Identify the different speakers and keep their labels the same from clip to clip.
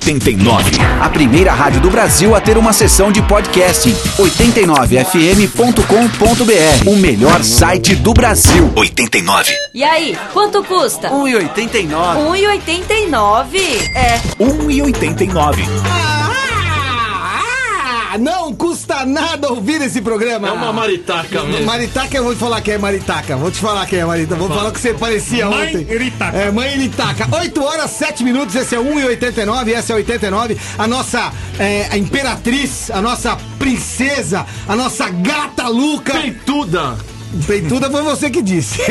Speaker 1: 89. A primeira rádio do Brasil a ter uma seção de podcasting. 89fm.com.br. O melhor site do Brasil. um 89.
Speaker 2: E aí, quanto custa?
Speaker 3: 1,89.
Speaker 2: 1,89?
Speaker 1: É. 1,89.
Speaker 4: Ah, Não custa nada ouvir esse programa.
Speaker 5: É uma maritaca mesmo.
Speaker 4: Maritaca, eu vou te falar que é Maritaca. Vou te falar que é Maritaca. Vou falar que você parecia
Speaker 6: Mãe
Speaker 4: ontem.
Speaker 6: Iritaca.
Speaker 4: É, mãe Iritaca. 8 horas, 7 minutos. Esse é 1h89. Essa é 89. A nossa é, a imperatriz, a nossa princesa, a nossa gata Luca.
Speaker 5: Peituda.
Speaker 4: Peituda foi você que disse.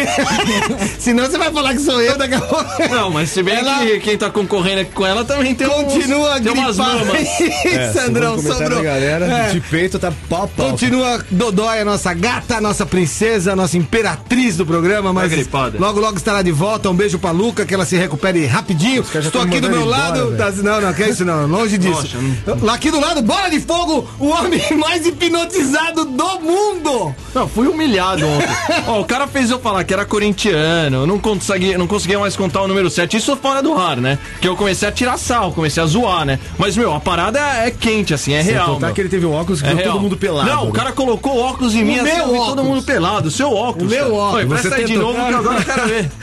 Speaker 4: Senão você vai falar que sou eu daqui a pouco.
Speaker 5: Não, mas se bem
Speaker 4: Ela-
Speaker 5: que quem tá concorrendo aqui com ela também tem uns-
Speaker 4: Continua
Speaker 5: tem umas
Speaker 4: gripada.
Speaker 5: mamas.
Speaker 7: É,
Speaker 4: Ih, Sandrão,
Speaker 7: segundo o comentário
Speaker 4: sobrou.
Speaker 7: da galera,
Speaker 4: É.
Speaker 7: de peito tá pau a pau.
Speaker 4: Continua Dodói, a nossa gata, a nossa princesa, a nossa imperatriz do
Speaker 7: Tá
Speaker 4: programa, mas
Speaker 5: gripada.
Speaker 4: logo logo estará de volta. Um beijo pra Luca, que ela se recupere rapidinho.
Speaker 7: caras já
Speaker 4: Estou
Speaker 7: tão me
Speaker 4: aqui do meu
Speaker 7: mandando embora,
Speaker 4: lado.
Speaker 7: velho.
Speaker 4: das- Não, não, que é isso não, longe disso.
Speaker 5: Nossa, não-
Speaker 4: Lá aqui do lado, bola de fogo, o homem mais hipnotizado do mundo.
Speaker 5: Não, fui humilhado ontem. Ó, o cara fez eu falar que era corintiano, eu não conseguia, não conseguia mais contar o número 7. Isso fora do ar, né? Que eu comecei a tirar sal, comecei a zoar, né? Mas, meu, a parada é, é quente, assim, é real.
Speaker 7: contar
Speaker 5: meu.
Speaker 7: que ele teve um óculos que
Speaker 5: É
Speaker 7: viu
Speaker 5: real.
Speaker 7: todo mundo pelado. né?
Speaker 5: Não, o cara colocou óculos em mim assim,
Speaker 4: né? meu
Speaker 5: eu vi todo
Speaker 4: óculos.
Speaker 5: mundo pelado. Seu óculos.
Speaker 4: meu
Speaker 5: cara.
Speaker 4: óculos.
Speaker 5: Oi,
Speaker 4: Você
Speaker 5: presta aí de
Speaker 4: tentou-
Speaker 5: novo que agora eu quero ver.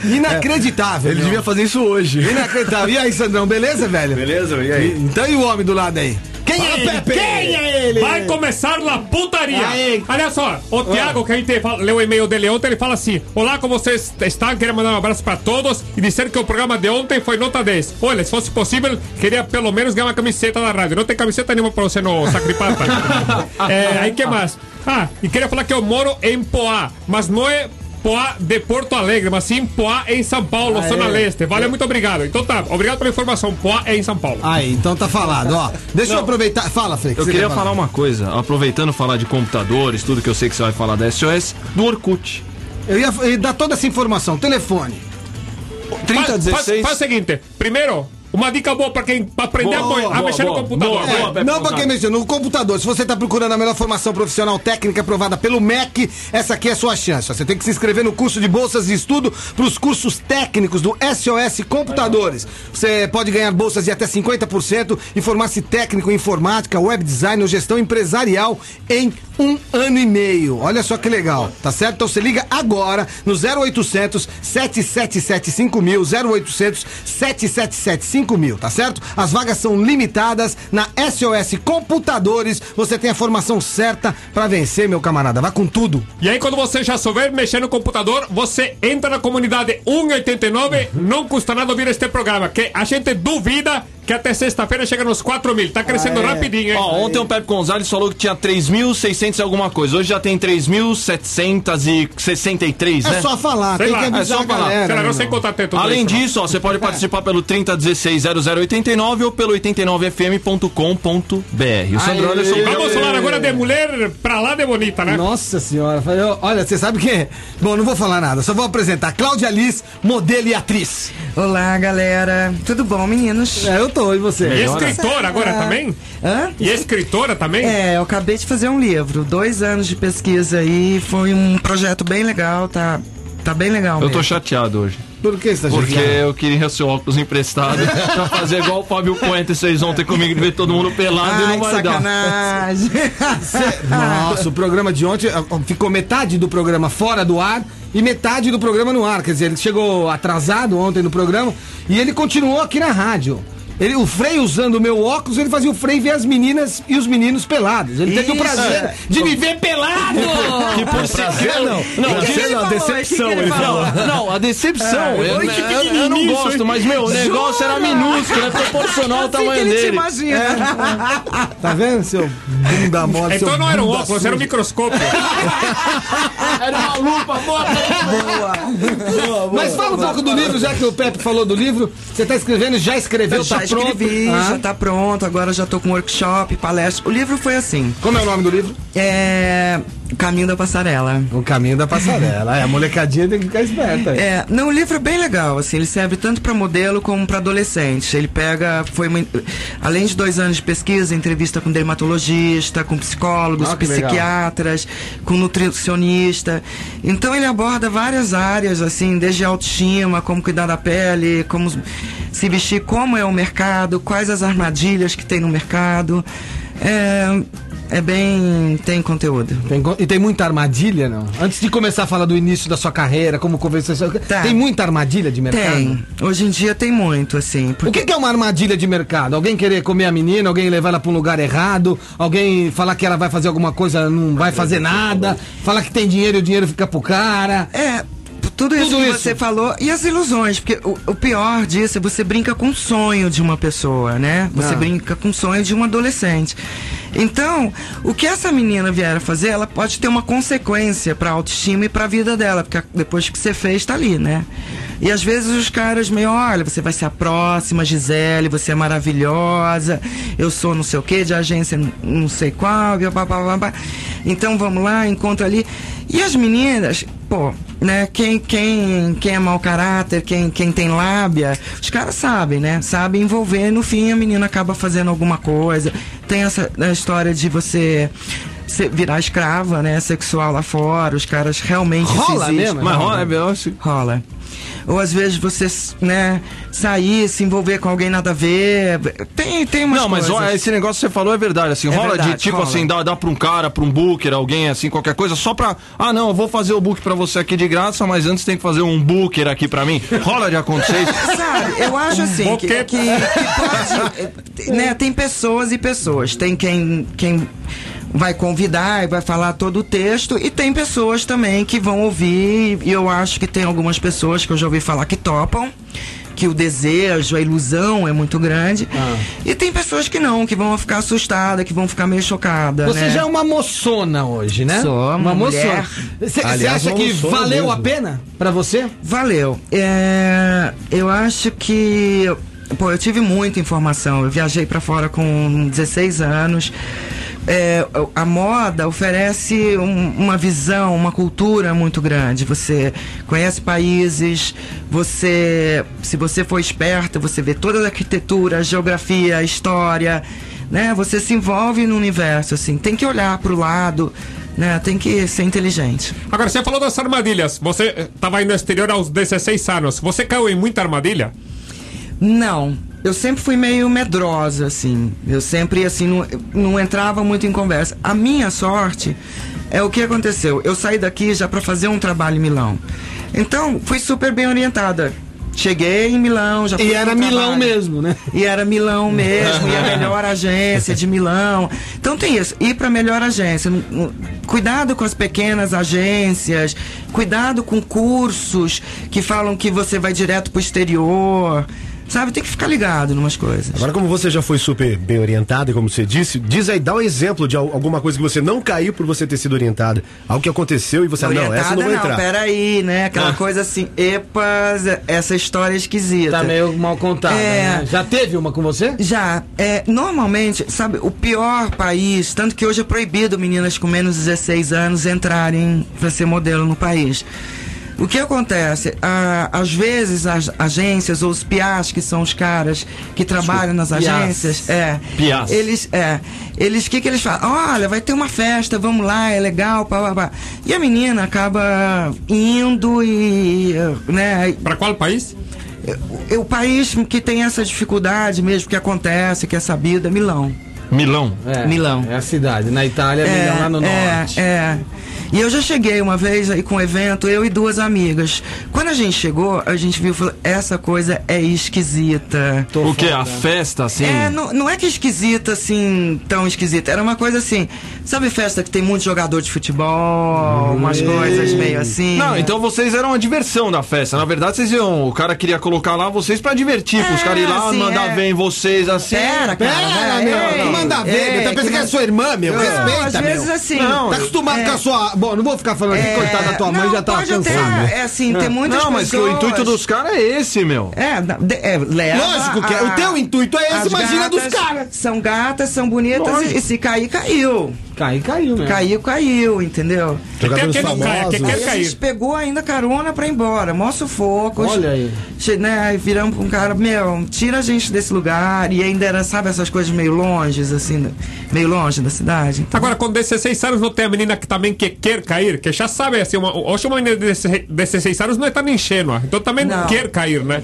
Speaker 7: É.
Speaker 4: Inacreditável.
Speaker 7: Ele
Speaker 4: meu.
Speaker 7: devia fazer isso hoje.
Speaker 4: Inacreditável. E aí, Sandrão, beleza, velho?
Speaker 7: Beleza? E aí?
Speaker 4: Então e o homem do lado aí? Quem é
Speaker 6: Vai,
Speaker 4: ele? Quem é ele?
Speaker 6: Vai começar na putaria.
Speaker 4: Aê. Ah.
Speaker 6: Olha só, o Thiago, que a gente fala- leu o e-mail dele ontem, ele fala assim: Olá, como vocês estão? Queria mandar um abraço pra todos e dizer que o programa de ontem foi nota 10. Olha, se fosse possível, queria pelo menos ganhar uma camiseta da rádio. Não tem camiseta nenhuma pra você no Sacripata. é, aí que mais? Ah, e queria falar que eu moro em Poá, mas não é. Poá de Porto Alegre, mas sim Poá em São Paulo, Zona Leste. Vale, muito obrigado. Então tá, obrigado pela informação. Poá é em São Paulo.
Speaker 4: Aí, então tá falado, ó. Deixa eu aproveitar. Fala, Flex.
Speaker 5: Eu queria falar uma coisa, aproveitando falar de computadores, tudo que eu sei que você vai falar da SOS, do Orkut.
Speaker 4: Eu ia, eu ia dar toda essa informação. Telefone.
Speaker 6: faz,
Speaker 5: 3016.
Speaker 6: faz- faz o seguinte, primeiro, uma dica boa pra quem pra aprender a,
Speaker 5: Boa,
Speaker 6: co- a
Speaker 5: boa,
Speaker 6: mexer
Speaker 5: boa,
Speaker 6: no computador.
Speaker 5: boa,
Speaker 6: É.
Speaker 5: boa. Pepe,
Speaker 4: não
Speaker 5: contato.
Speaker 4: pra quem mexeu, no computador. Se você tá procurando a melhor formação profissional técnica aprovada pelo MEC, essa aqui é a sua chance. Você tem que se inscrever no curso de bolsas de estudo para os cursos técnicos do SOS Computadores. Você pode ganhar bolsas de até 50% e formar-se técnico em informática, web design ou gestão empresarial em um ano e meio. Olha só que legal, tá certo? Então você liga agora no 0800 777 5000, 0800 777 5000, tá certo? As vagas são limitadas na SOS Computadores. Você tem a formação certa pra vencer, meu camarada. Vá com tudo.
Speaker 6: E aí, quando você já souber mexer no computador, você entra na comunidade 189. Não custa nada ouvir este programa, que a gente duvida que até sexta-feira chega nos 4 mil. Tá crescendo rapidinho, hein?
Speaker 5: Ó, ontem o Pepe Gonzalez falou que tinha 3.600 e alguma coisa. Hoje já tem 3.763,
Speaker 4: É
Speaker 5: né?
Speaker 4: só falar,
Speaker 6: Sei
Speaker 4: tem
Speaker 6: lá,
Speaker 4: que
Speaker 6: é
Speaker 4: avisar
Speaker 5: só
Speaker 4: a
Speaker 5: falar.
Speaker 4: galera.
Speaker 6: Será que eu sei
Speaker 4: meu irmão.
Speaker 6: contar até tudo
Speaker 5: Além
Speaker 6: isso, né? não?
Speaker 5: disso, ó, você pode participar pelo 3016-0089 ou pelo 89fm.com.br. O Sandro Anderson...
Speaker 6: Vamos falar agora de mulher pra lá de bonita, né?
Speaker 4: Nossa senhora, falei, ó, olha, você sabe quem é? Bom, não vou falar nada, só vou apresentar Cláudia Liz, modelo e atriz.
Speaker 8: Olá, galera. Tudo bom, meninos?
Speaker 4: É, eu tô, e você? É.
Speaker 6: E escritora agora também?
Speaker 8: Hã?
Speaker 6: E escritora também?
Speaker 8: É, eu acabei de fazer um livro. Dois anos de pesquisa aí. Foi um projeto bem legal, tá? Tá bem legal.
Speaker 5: Eu tô
Speaker 8: mesmo.
Speaker 5: chateado hoje.
Speaker 4: Por que você tá
Speaker 5: Porque
Speaker 4: chateado?
Speaker 5: eu queria seu óculos emprestado pra fazer igual o Fábio Puente fez ontem comigo de ver todo mundo pelado e
Speaker 8: Ai,
Speaker 5: não
Speaker 8: que
Speaker 5: vai dar.
Speaker 8: sacanagem.
Speaker 4: Nossa, o programa de ontem ah, ah, ficou metade do programa fora do ar e metade do programa no ar. Quer dizer, ele chegou atrasado ontem no programa e ele continuou aqui na rádio. Ele, o Frei usando o meu óculos, ele fazia o Frei ver as meninas e os meninos pelados. Ele teve o
Speaker 8: Isso,
Speaker 4: prazer
Speaker 8: é.
Speaker 4: de me ver pelado!
Speaker 5: Que por sinal- Não,
Speaker 8: que
Speaker 5: que-
Speaker 8: ele
Speaker 7: não,
Speaker 8: falou?
Speaker 7: decepção,
Speaker 8: O que que ele
Speaker 7: ele falou.
Speaker 5: Não, não, a decepção. É, eu,
Speaker 8: oi, que
Speaker 5: eu- eu não
Speaker 8: pequenininho
Speaker 5: gosto,
Speaker 8: isso, hein?
Speaker 5: mas meu, o negócio era minúsculo, é proporcional ao
Speaker 8: Assim que
Speaker 5: tamanho
Speaker 8: ele te
Speaker 5: dele.
Speaker 8: imagina.
Speaker 4: Tá vendo, seu bunda mole?
Speaker 6: Então
Speaker 4: seu
Speaker 6: não era um
Speaker 4: bunda
Speaker 6: óculos, era um microscópio.
Speaker 4: Mas fala um pouco do livro, já que o Pepe falou do livro. Você tá escrevendo, já escreveu,
Speaker 8: Eu já
Speaker 4: tá pronto.
Speaker 8: escrevi,
Speaker 4: Ah.
Speaker 8: já tá pronto. Agora já tô com workshop, palestra. O livro foi assim.
Speaker 4: Como é o nome do livro?
Speaker 8: É... O Caminho da Passarela.
Speaker 4: O Caminho da Passarela. É, a molecadinha tem que ficar esperta.
Speaker 8: É, não, o livro é bem legal, assim, ele serve tanto pra modelo como pra adolescente. Ele pega, foi uma- além de dois anos de pesquisa, entrevista com dermatologista, com psicólogos,
Speaker 4: Ah, que legal.
Speaker 8: psiquiatras, com nutricionista. Então ele aborda várias áreas, assim, desde autoestima, como cuidar da pele, como se vestir, como é o mercado, quais as armadilhas que tem no mercado. É, é bem. tem conteúdo.
Speaker 9: Tem go- e tem muita armadilha, não? Antes de começar a falar do início da sua carreira, como convenção,
Speaker 8: Tá.
Speaker 9: tem muita armadilha de mercado?
Speaker 8: Tem. Hoje em dia tem muito, assim.
Speaker 9: O
Speaker 8: Porque
Speaker 9: que, que é uma armadilha de mercado? Alguém querer comer a menina, alguém levar ela pra um lugar errado, alguém falar que ela vai fazer alguma coisa, não vai fazer nada, falar que tem dinheiro e o dinheiro fica pro cara.
Speaker 8: É, t- tudo isso
Speaker 9: Tudo
Speaker 8: que
Speaker 9: isso.
Speaker 8: você falou. E as ilusões, porque o, o pior disso é você brinca com o sonho de uma pessoa, né? Você
Speaker 9: Ah.
Speaker 8: brinca com o sonho de um adolescente. Então, o que essa menina vier a fazer, ela pode ter uma consequência pra autoestima e pra vida dela, porque a- depois que você fez, tá ali, né? E às vezes os caras meio, olha, você vai ser a próxima, Gisele, você é maravilhosa, eu sou não sei o que, de agência n- não sei qual, blá, blá, blá, blá, blá. então vamos lá, encontra ali. E as meninas, pô, né, quem, quem, quem é mau caráter, quem, quem tem lábia, os caras sabem, né? Sabem envolver, no fim a menina acaba fazendo alguma coisa. Tem essa a história de você ser- virar escrava, né, sexual lá fora, os caras realmente isso
Speaker 9: Rola
Speaker 8: existe.
Speaker 9: mesmo?
Speaker 5: Mas rola, é veloz.
Speaker 8: Rola. Ou às vezes você, né, sair, se envolver com alguém nada a ver. Tem, tem umas
Speaker 5: Não, mas
Speaker 8: coisas.
Speaker 5: ó, esse negócio que você falou é verdade, assim,
Speaker 8: É
Speaker 5: rola de
Speaker 8: verdade,
Speaker 5: tipo
Speaker 8: rola.
Speaker 5: assim, dá, dá pra um cara, pra um booker, alguém assim, qualquer coisa, só pra, ah não, eu vou fazer o book pra você aqui de graça, mas antes tem que fazer um booker aqui pra mim, rola de acontecer isso?
Speaker 8: Sabe, eu acho assim que,
Speaker 6: boquete.
Speaker 8: que, que pode, né, tem pessoas e pessoas. Tem quem, quem vai convidar e vai falar todo o texto e tem pessoas também que vão ouvir e eu acho que tem algumas pessoas que eu já ouvi falar que topam que o desejo, a ilusão é muito grande.
Speaker 9: Ah.
Speaker 8: E tem pessoas que não, que vão ficar assustadas, que vão ficar meio chocadas.
Speaker 9: Você
Speaker 8: né?
Speaker 9: já é uma moçona hoje, né?
Speaker 8: Sou,
Speaker 9: uma
Speaker 8: uma
Speaker 9: moçona.
Speaker 8: mulher.
Speaker 9: Você você
Speaker 7: Aliás,
Speaker 9: acha
Speaker 7: uma
Speaker 9: que
Speaker 7: moçona
Speaker 9: valeu a
Speaker 7: mesmo.
Speaker 9: pena pra você?
Speaker 8: Valeu. É, eu acho que. Pô, eu tive muita informação. Eu viajei pra fora com 16 anos. É, a moda oferece um- uma visão, uma cultura muito grande. Você conhece países, você, se você for esperta, você vê toda a arquitetura, a geografia, a história, né? Você se envolve no universo, assim. Tem que olhar pro lado, né? Tem que ser inteligente.
Speaker 6: Agora, você falou das armadilhas. Você eh, estava indo ao exterior aos 16 anos. Você caiu em muita armadilha?
Speaker 8: Não. Eu sempre fui meio medrosa, assim. Eu sempre, assim, não, não entrava muito em conversa. A minha sorte é o que aconteceu. Eu saí daqui já para fazer um trabalho em Milão. Então, fui super bem orientada. Cheguei em Milão, já
Speaker 9: E
Speaker 8: fui
Speaker 9: era
Speaker 8: pro
Speaker 9: Milão
Speaker 8: trabalho.
Speaker 9: mesmo, né?
Speaker 8: E era Milão mesmo, e a melhor agência de Milão. Então tem isso, ir para melhor agência. N- n- Cuidado com as pequenas agências, cuidado com cursos que falam que você vai direto pro exterior. Sabe, tem que ficar ligado numas coisas.
Speaker 7: Agora, como você já foi super bem orientada, como você disse, diz aí, dá um exemplo de al- alguma coisa que você não caiu por você ter sido orientada. Algo que aconteceu e você, ah, não, essa eu não vou entrar. Ah.
Speaker 8: peraí, né? Aquela coisa assim, epas, essa história é esquisita.
Speaker 9: Tá meio mal contada.
Speaker 8: É.
Speaker 9: né? Já teve uma com você?
Speaker 8: Já, é, normalmente, sabe, o pior país, tanto que hoje é proibido meninas com menos de 16 anos entrarem para ser modelo no país. O que acontece? Ah, às vezes as agências ou os piás, que são os caras que trabalham nas
Speaker 9: piás.
Speaker 8: agências, é,
Speaker 5: Piás.
Speaker 8: eles, é, eles, o que que eles falam? Olha, vai ter uma festa, vamos lá, é legal, pá, pá, pá. E a menina acaba indo e, né,
Speaker 6: Para qual país?
Speaker 8: é o país que tem essa dificuldade mesmo, que acontece, que é sabida, Milão.
Speaker 5: Milão.
Speaker 9: É,
Speaker 8: Milão.
Speaker 9: É a cidade. Na Itália, é, Milão lá no
Speaker 8: é,
Speaker 9: norte.
Speaker 8: é. E eu já cheguei uma vez aí com um evento, eu e duas amigas. Quando a gente chegou, a gente viu e falou, essa coisa é esquisita.
Speaker 5: O que? A festa, assim?
Speaker 8: É, não, não é que esquisita, assim, tão esquisita. Era uma coisa assim, sabe festa que tem muito jogador de futebol,
Speaker 9: Uhum.
Speaker 8: umas coisas meio assim.
Speaker 5: Não, então vocês eram a diversão da festa. Na verdade, vocês iam. O cara queria colocar lá vocês pra divertir, pros
Speaker 8: É,
Speaker 5: caras ir lá,
Speaker 8: assim,
Speaker 5: mandar
Speaker 8: é.
Speaker 5: ver em vocês assim.
Speaker 8: Pera, cara.
Speaker 9: Pera,
Speaker 8: vai,
Speaker 9: meu.
Speaker 8: ei,
Speaker 9: Que manda ver.
Speaker 8: ei,
Speaker 9: meu. Tá pensando que é
Speaker 8: manda-
Speaker 9: sua irmã, meu?
Speaker 8: Não, às
Speaker 9: Respeita,
Speaker 8: vezes
Speaker 9: meu.
Speaker 8: assim.
Speaker 5: Não,
Speaker 9: Tá acostumado com a sua. Bom, não vou ficar falando aqui,
Speaker 8: É,
Speaker 9: coitada da tua mãe,
Speaker 8: não,
Speaker 4: tá
Speaker 9: já tava
Speaker 8: pode até,
Speaker 9: cansada.
Speaker 8: É assim, tem muitas
Speaker 5: não, mas que o
Speaker 8: pessoas-
Speaker 5: intuito dos caras é esse, meu.
Speaker 8: É, não, de- é, leva
Speaker 9: Lógico que é. O teu intuito é esse,
Speaker 8: as
Speaker 9: imagina dos caras.
Speaker 8: São gatas, são bonitas e, e se cair, caiu.
Speaker 9: Caiu, caiu, né?
Speaker 8: Caiu, caiu, entendeu?
Speaker 7: Jogadores
Speaker 6: Quer é que não caia,
Speaker 7: famosos.
Speaker 6: quer
Speaker 9: É
Speaker 8: Aí a
Speaker 6: cair.
Speaker 8: gente pegou ainda carona pra ir embora. Mó sufoco.
Speaker 9: Olha aí.
Speaker 8: Che- Né, aí viramos pra um cara, meu, tira a gente desse lugar. E ainda era, sabe, essas coisas meio longes, assim, né? meio longe da cidade. Então,
Speaker 6: Agora, com 16 anos, não tem a menina que também que quer cair, que já sabe, assim, uma, hoje uma menina de 16 anos não é tão ingênua, então também não
Speaker 8: Não.
Speaker 6: quer cair, né?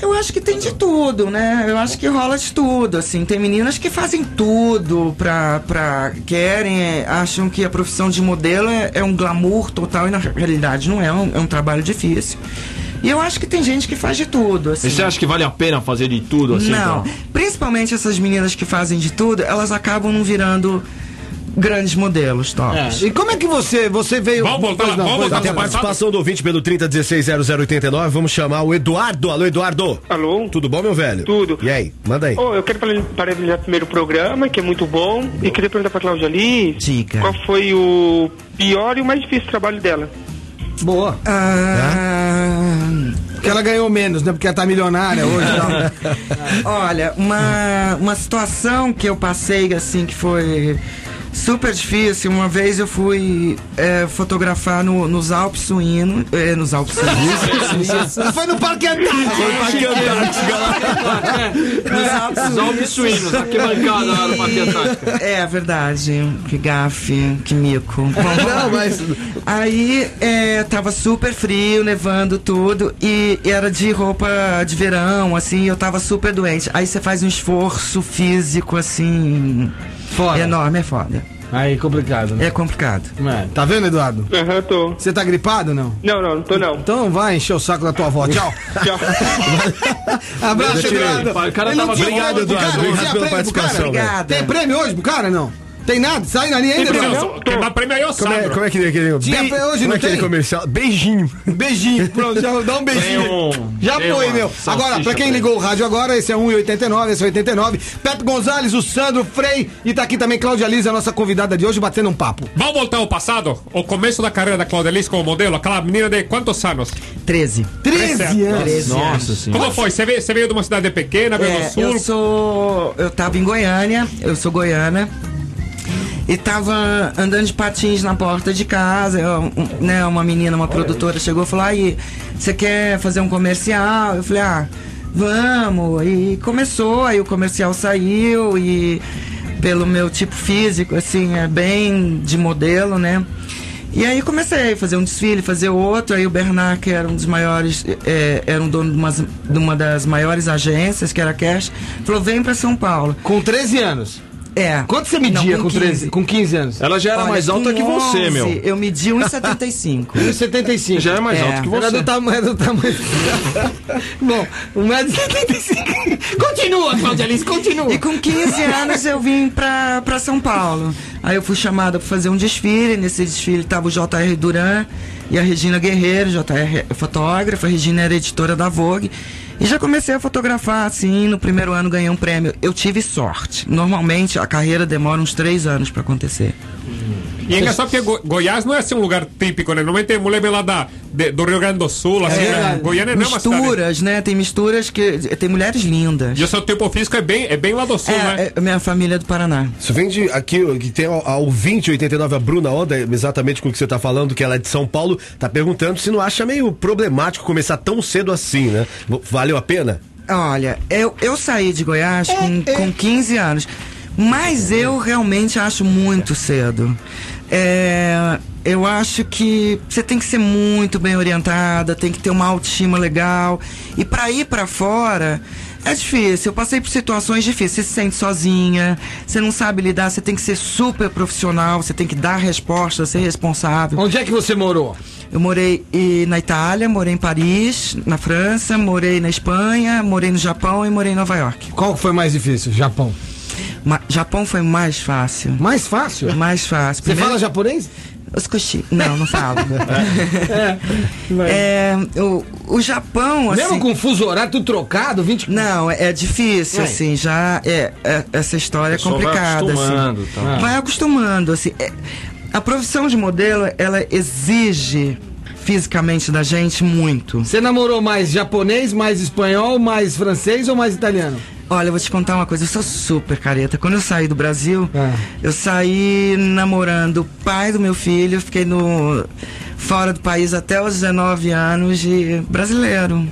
Speaker 8: Eu acho que tem de tudo, né? Eu acho que rola de tudo, assim. Tem meninas que fazem tudo pra... pra querem, é, acham que a profissão de modelo é, é um glamour total e na realidade não é, é um, é um trabalho difícil. E eu acho que tem gente que faz de tudo, assim.
Speaker 5: E você acha que vale a pena fazer de tudo assim?
Speaker 8: Não,
Speaker 5: então?
Speaker 8: principalmente essas meninas que fazem de tudo, elas acabam não virando grandes modelos, top.
Speaker 4: E como é que você, você veio...
Speaker 6: Vamos voltar
Speaker 4: Pois
Speaker 6: lá, vamos
Speaker 4: pois
Speaker 6: voltar
Speaker 10: Até a
Speaker 6: lá.
Speaker 10: participação do ouvinte pelo 30160089, vamos chamar o Eduardo. Alô, Eduardo.
Speaker 11: Alô?
Speaker 10: Tudo bom, meu velho?
Speaker 11: Tudo.
Speaker 10: E aí, manda aí.
Speaker 11: Oh, eu quero pare- parabenizar primeiro o programa, que é muito bom, e queria perguntar pra Cláudia Liz
Speaker 8: Diga.
Speaker 11: qual foi o pior e o mais difícil trabalho dela.
Speaker 4: Boa.
Speaker 5: É?
Speaker 8: Ah,
Speaker 4: Porque ela ganhou menos, né? Porque ela tá milionária hoje e tal.
Speaker 8: Olha, uma, uma situação que eu passei, assim, que foi super difícil. Uma vez eu fui eh, fotografar no- nos Alpes Suínos. nos Alpes Suínos.
Speaker 4: Ela foi no Parque Antártico.
Speaker 8: nos Alpes
Speaker 5: Os Alpes suínos, aqui bancada lá no Parque Antártico.
Speaker 8: É verdade. Que gafe, que mico. Não, mas. Aí é, tava super frio, nevando tudo, e era de roupa de verão, assim, e eu tava super doente. Aí você faz um esforço físico, assim.
Speaker 4: Fora.
Speaker 8: Enorme, é foda.
Speaker 4: Aí, complicado, né?
Speaker 8: É complicado.
Speaker 4: Tá vendo, Eduardo?
Speaker 11: Aham, tô.
Speaker 4: Você tá gripado ou não?
Speaker 11: Não, não, não tô não.
Speaker 4: Então vai encher o saco da tua avó. Tchau.
Speaker 11: Tchau.
Speaker 4: Abraço, Eduardo.
Speaker 5: O cara
Speaker 4: Ele
Speaker 5: tava
Speaker 4: não tinha prêmio
Speaker 5: brigado,
Speaker 4: pro
Speaker 10: Eduardo.
Speaker 4: cara, não
Speaker 10: Obrigado pela
Speaker 4: tinha prêmio pro cara.
Speaker 10: participação, velho.
Speaker 8: Obrigada.
Speaker 4: Tem prêmio hoje pro cara, não? Tem nada? Sai na linha ainda, Eduardo.
Speaker 6: Não, Quem dá prêmio aí é o
Speaker 10: Como é,
Speaker 6: Sandro.
Speaker 10: como é que aquele,
Speaker 4: Tinha pra hoje,
Speaker 10: como
Speaker 4: não
Speaker 10: é aquele
Speaker 4: tem?
Speaker 10: comercial? Beijinho.
Speaker 4: Beijinho, pronto, já dá um beijinho.
Speaker 5: Tem um-
Speaker 4: já
Speaker 5: tem
Speaker 4: foi,
Speaker 5: uma
Speaker 4: meu.
Speaker 5: salsicha
Speaker 4: Agora, pra quem
Speaker 5: pra
Speaker 4: ligou o rádio agora, esse é 1,89, esse é 89. Pepe Gonzalez, o Sandro, Frei e tá aqui também Cláudia Liz, a nossa convidada de hoje, batendo um papo.
Speaker 6: Vamos voltar ao passado? O começo da carreira da Claudia Liz como modelo, aquela menina de quantos anos?
Speaker 8: 13.
Speaker 4: 13 anos.
Speaker 8: 13
Speaker 5: Nossa
Speaker 8: anos.
Speaker 5: senhora.
Speaker 6: Como foi? Você veio, você veio de uma cidade pequena, veio
Speaker 8: É,
Speaker 6: do sul?
Speaker 8: eu sou. Eu tava em Goiânia, eu sou goiana. E tava andando de patins na porta de casa, eu, um, né, uma menina, uma produtora chegou e falou, aí, você quer fazer um comercial? Eu falei, ah, vamos. E começou, aí o comercial saiu e pelo meu tipo físico, assim, é bem de modelo, né? E aí comecei a fazer um desfile, fazer outro. Aí o Bernard, que era um dos maiores, é, era um dono de, umas- de uma das maiores agências, que era a Cash, falou: vem pra São Paulo.
Speaker 4: Com 13 anos.
Speaker 8: É.
Speaker 4: Quanto você
Speaker 8: Não,
Speaker 4: media com, 13?
Speaker 8: 15.
Speaker 4: Com 15 anos?
Speaker 5: Ela já era
Speaker 8: Olha,
Speaker 5: mais alta
Speaker 8: com
Speaker 5: que você,
Speaker 8: 11,
Speaker 5: meu.
Speaker 8: Eu medi 1,75.
Speaker 4: 1,75.
Speaker 5: Já é mais
Speaker 8: É.
Speaker 5: alto que você.
Speaker 4: Era do tamanho, era do tamanho. Bom, é 1,75m. Continua, Cláudia Liz, continua.
Speaker 8: E com 15 anos eu vim pra, pra São Paulo. Aí eu fui chamada pra fazer um desfile. Nesse desfile tava o J.R. Duran e a Regina Guerreiro. J.R. é fotógrafa, a Regina era editora da Vogue. E já comecei a fotografar, assim, no primeiro ano ganhei um prêmio. Eu tive sorte. Normalmente a carreira demora uns três anos pra acontecer.
Speaker 6: E é engraçado porque Go- Goiás não é assim um lugar típico, né? Normalmente tem mulher vem lá da, de- do Rio Grande do Sul, assim, né?
Speaker 4: verdade.
Speaker 6: Goiânia não é uma cidade.
Speaker 8: Misturas, né? Tem misturas que. Tem mulheres lindas.
Speaker 6: E o seu tipo físico é bem, é bem lá do sul, né?
Speaker 8: É, é, minha família é do Paraná.
Speaker 10: Isso vem de aqui, ó, que tem ao, ao 2089, a Bruna Onda, exatamente com o que você tá falando, que ela é de São Paulo, tá perguntando se não acha meio problemático começar tão cedo assim, né? V- Valeu a pena?
Speaker 8: Olha, eu, eu saí de Goiás com, com 15 anos, mas eu realmente acho muito cedo. É, eu acho que você tem que ser muito bem orientada, tem que ter uma autoestima legal. E pra ir pra fora é difícil. Eu passei por situações difíceis. Você se sente sozinha, você não sabe lidar, você tem que ser super profissional, você tem que dar resposta, ser responsável.
Speaker 4: Onde é que você morou?
Speaker 8: Eu morei e- na Itália, morei em Paris, na França, morei na Espanha, morei no Japão e morei em Nova York.
Speaker 4: Qual que foi mais difícil? Japão.
Speaker 8: Ma- Japão foi mais fácil.
Speaker 4: Mais fácil?
Speaker 8: Mais fácil.
Speaker 4: Você fala japonês?
Speaker 8: Os coxi... Não, não falo. é, o, o Japão, assim...
Speaker 4: Mesmo com fuso horário, tudo trocado, 20
Speaker 8: Não, é é difícil, assim, já é, é- essa história é
Speaker 5: pessoa vai
Speaker 8: complicada,
Speaker 5: acostumando,
Speaker 8: assim.
Speaker 5: tá.
Speaker 8: Vai acostumando, assim. É- a profissão de modelo, ela exige fisicamente da gente muito.
Speaker 4: Você namorou mais japonês, mais espanhol, mais francês ou mais italiano?
Speaker 8: Olha, eu vou te contar uma coisa, eu sou super careta. Quando eu saí do Brasil,
Speaker 4: Ah.
Speaker 8: eu saí namorando o pai do meu filho, fiquei no fora do país até os 19 anos de brasileiro.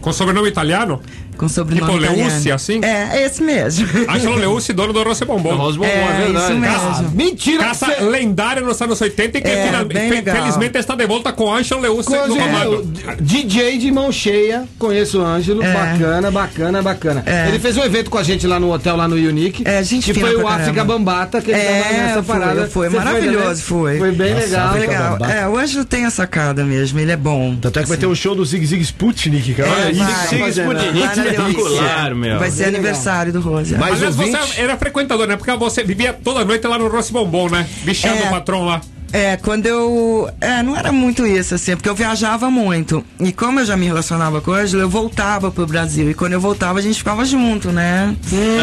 Speaker 6: Com sobrenome italiano?
Speaker 8: com sobrenome
Speaker 6: Tipo
Speaker 8: italiano.
Speaker 6: Leuce, assim?
Speaker 8: É, é esse mesmo.
Speaker 6: Ângelo Leuce, é dono do Rosse Bombom.
Speaker 5: Rosa Bombom,
Speaker 8: é,
Speaker 5: é verdade.
Speaker 8: isso mesmo.
Speaker 9: Ah,
Speaker 6: Caça,
Speaker 9: Mentira que
Speaker 6: Caça
Speaker 9: você-
Speaker 6: lendária nos anos 80 e que
Speaker 8: É,
Speaker 6: fina-
Speaker 8: bem
Speaker 6: fe-
Speaker 8: legal.
Speaker 6: felizmente está de volta com Ângelo Leuce
Speaker 9: Coisa-
Speaker 6: no comando.
Speaker 9: é, o DJ de mão cheia, conheço o Ângelo,
Speaker 8: É.
Speaker 9: bacana, bacana, bacana.
Speaker 8: É.
Speaker 9: Ele fez um evento com a gente lá no hotel, lá no Unique,
Speaker 8: É, gente
Speaker 9: que
Speaker 8: fina
Speaker 9: foi o
Speaker 8: pra caramba.
Speaker 9: África Bambata, que ele
Speaker 8: É,
Speaker 9: tava nessa
Speaker 8: foi,
Speaker 9: parada.
Speaker 8: foi,
Speaker 9: Você
Speaker 8: maravilhoso,
Speaker 9: foi. né?
Speaker 8: foi.
Speaker 9: Foi bem legal.
Speaker 8: Foi legal. É, o Ângelo tem a sacada mesmo, ele é bom.
Speaker 7: Tanto é que vai ter o show do Zig Zig Sputnik, cara.
Speaker 5: É,
Speaker 7: Zig
Speaker 8: vai,
Speaker 7: Zig
Speaker 8: vai,
Speaker 7: Sputnik.
Speaker 8: vai na delícia.
Speaker 5: espetacular, meu. É
Speaker 8: Vai ser
Speaker 9: Bem
Speaker 8: aniversário do Rose. é.
Speaker 7: Mas
Speaker 6: Aliás,
Speaker 7: ouvinte,
Speaker 6: você era frequentador, né? Porque você vivia toda noite lá no Rosse Bombom, né? Bichando
Speaker 8: É.
Speaker 6: o patrão lá.
Speaker 8: É, quando eu. É, não era muito isso, assim, porque eu viajava muito. E como eu já me relacionava com o Ângelo, eu voltava pro Brasil. E quando eu voltava, a gente ficava junto, né?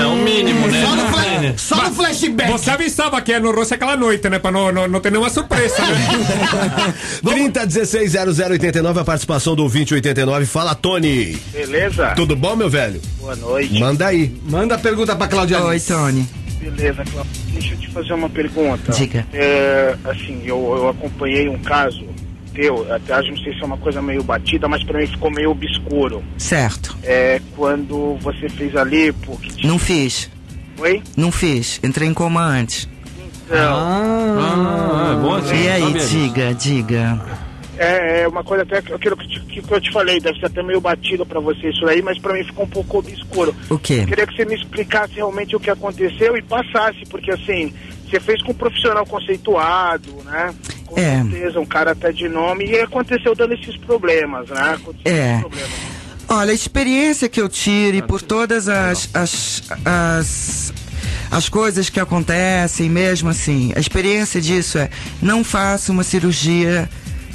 Speaker 5: É o mínimo, né?
Speaker 9: Só no, fla-
Speaker 5: É, né?
Speaker 9: só no flashback.
Speaker 6: Você avisava que era no Rosse aquela noite, né? Pra não, não, não ter nenhuma surpresa, né?
Speaker 7: 30 16 0089, a participação do ouvinte 89. Fala, Tony.
Speaker 11: Beleza?
Speaker 7: Tudo bom, meu velho?
Speaker 11: Boa noite.
Speaker 7: Manda aí.
Speaker 9: Manda a pergunta pra Claudia
Speaker 8: Oi, então.
Speaker 9: Alice.
Speaker 8: Tony.
Speaker 11: Beleza, Cláudio. Deixa eu te fazer uma pergunta.
Speaker 8: Diga.
Speaker 11: É, assim, eu, eu acompanhei um caso teu, até hoje não sei se é uma coisa meio batida, mas pra mim ficou meio obscuro.
Speaker 8: Certo.
Speaker 11: É quando você fez a lipo, que te...
Speaker 8: Não fiz.
Speaker 11: Oi?
Speaker 8: Não fiz. Entrei em coma antes.
Speaker 11: Não.
Speaker 5: Ah, é bom assim.
Speaker 8: E aí,
Speaker 5: sabe?
Speaker 8: diga, diga.
Speaker 11: É, é uma coisa até que aquilo que, te- que eu te falei, deve ser até meio batido pra você isso aí, mas pra mim ficou um pouco obscuro.
Speaker 8: O quê?
Speaker 11: Queria que você me explicasse realmente o que aconteceu e passasse, porque assim, você fez com um profissional conceituado, né? Com
Speaker 8: É.
Speaker 11: certeza, um cara até de nome, e aconteceu dando esses problemas, né? Aconteceu
Speaker 8: É.
Speaker 11: esses problemas.
Speaker 8: Olha, a experiência que eu tiro e por todas as as, as as coisas que acontecem, mesmo assim, a experiência disso é não faça uma cirurgia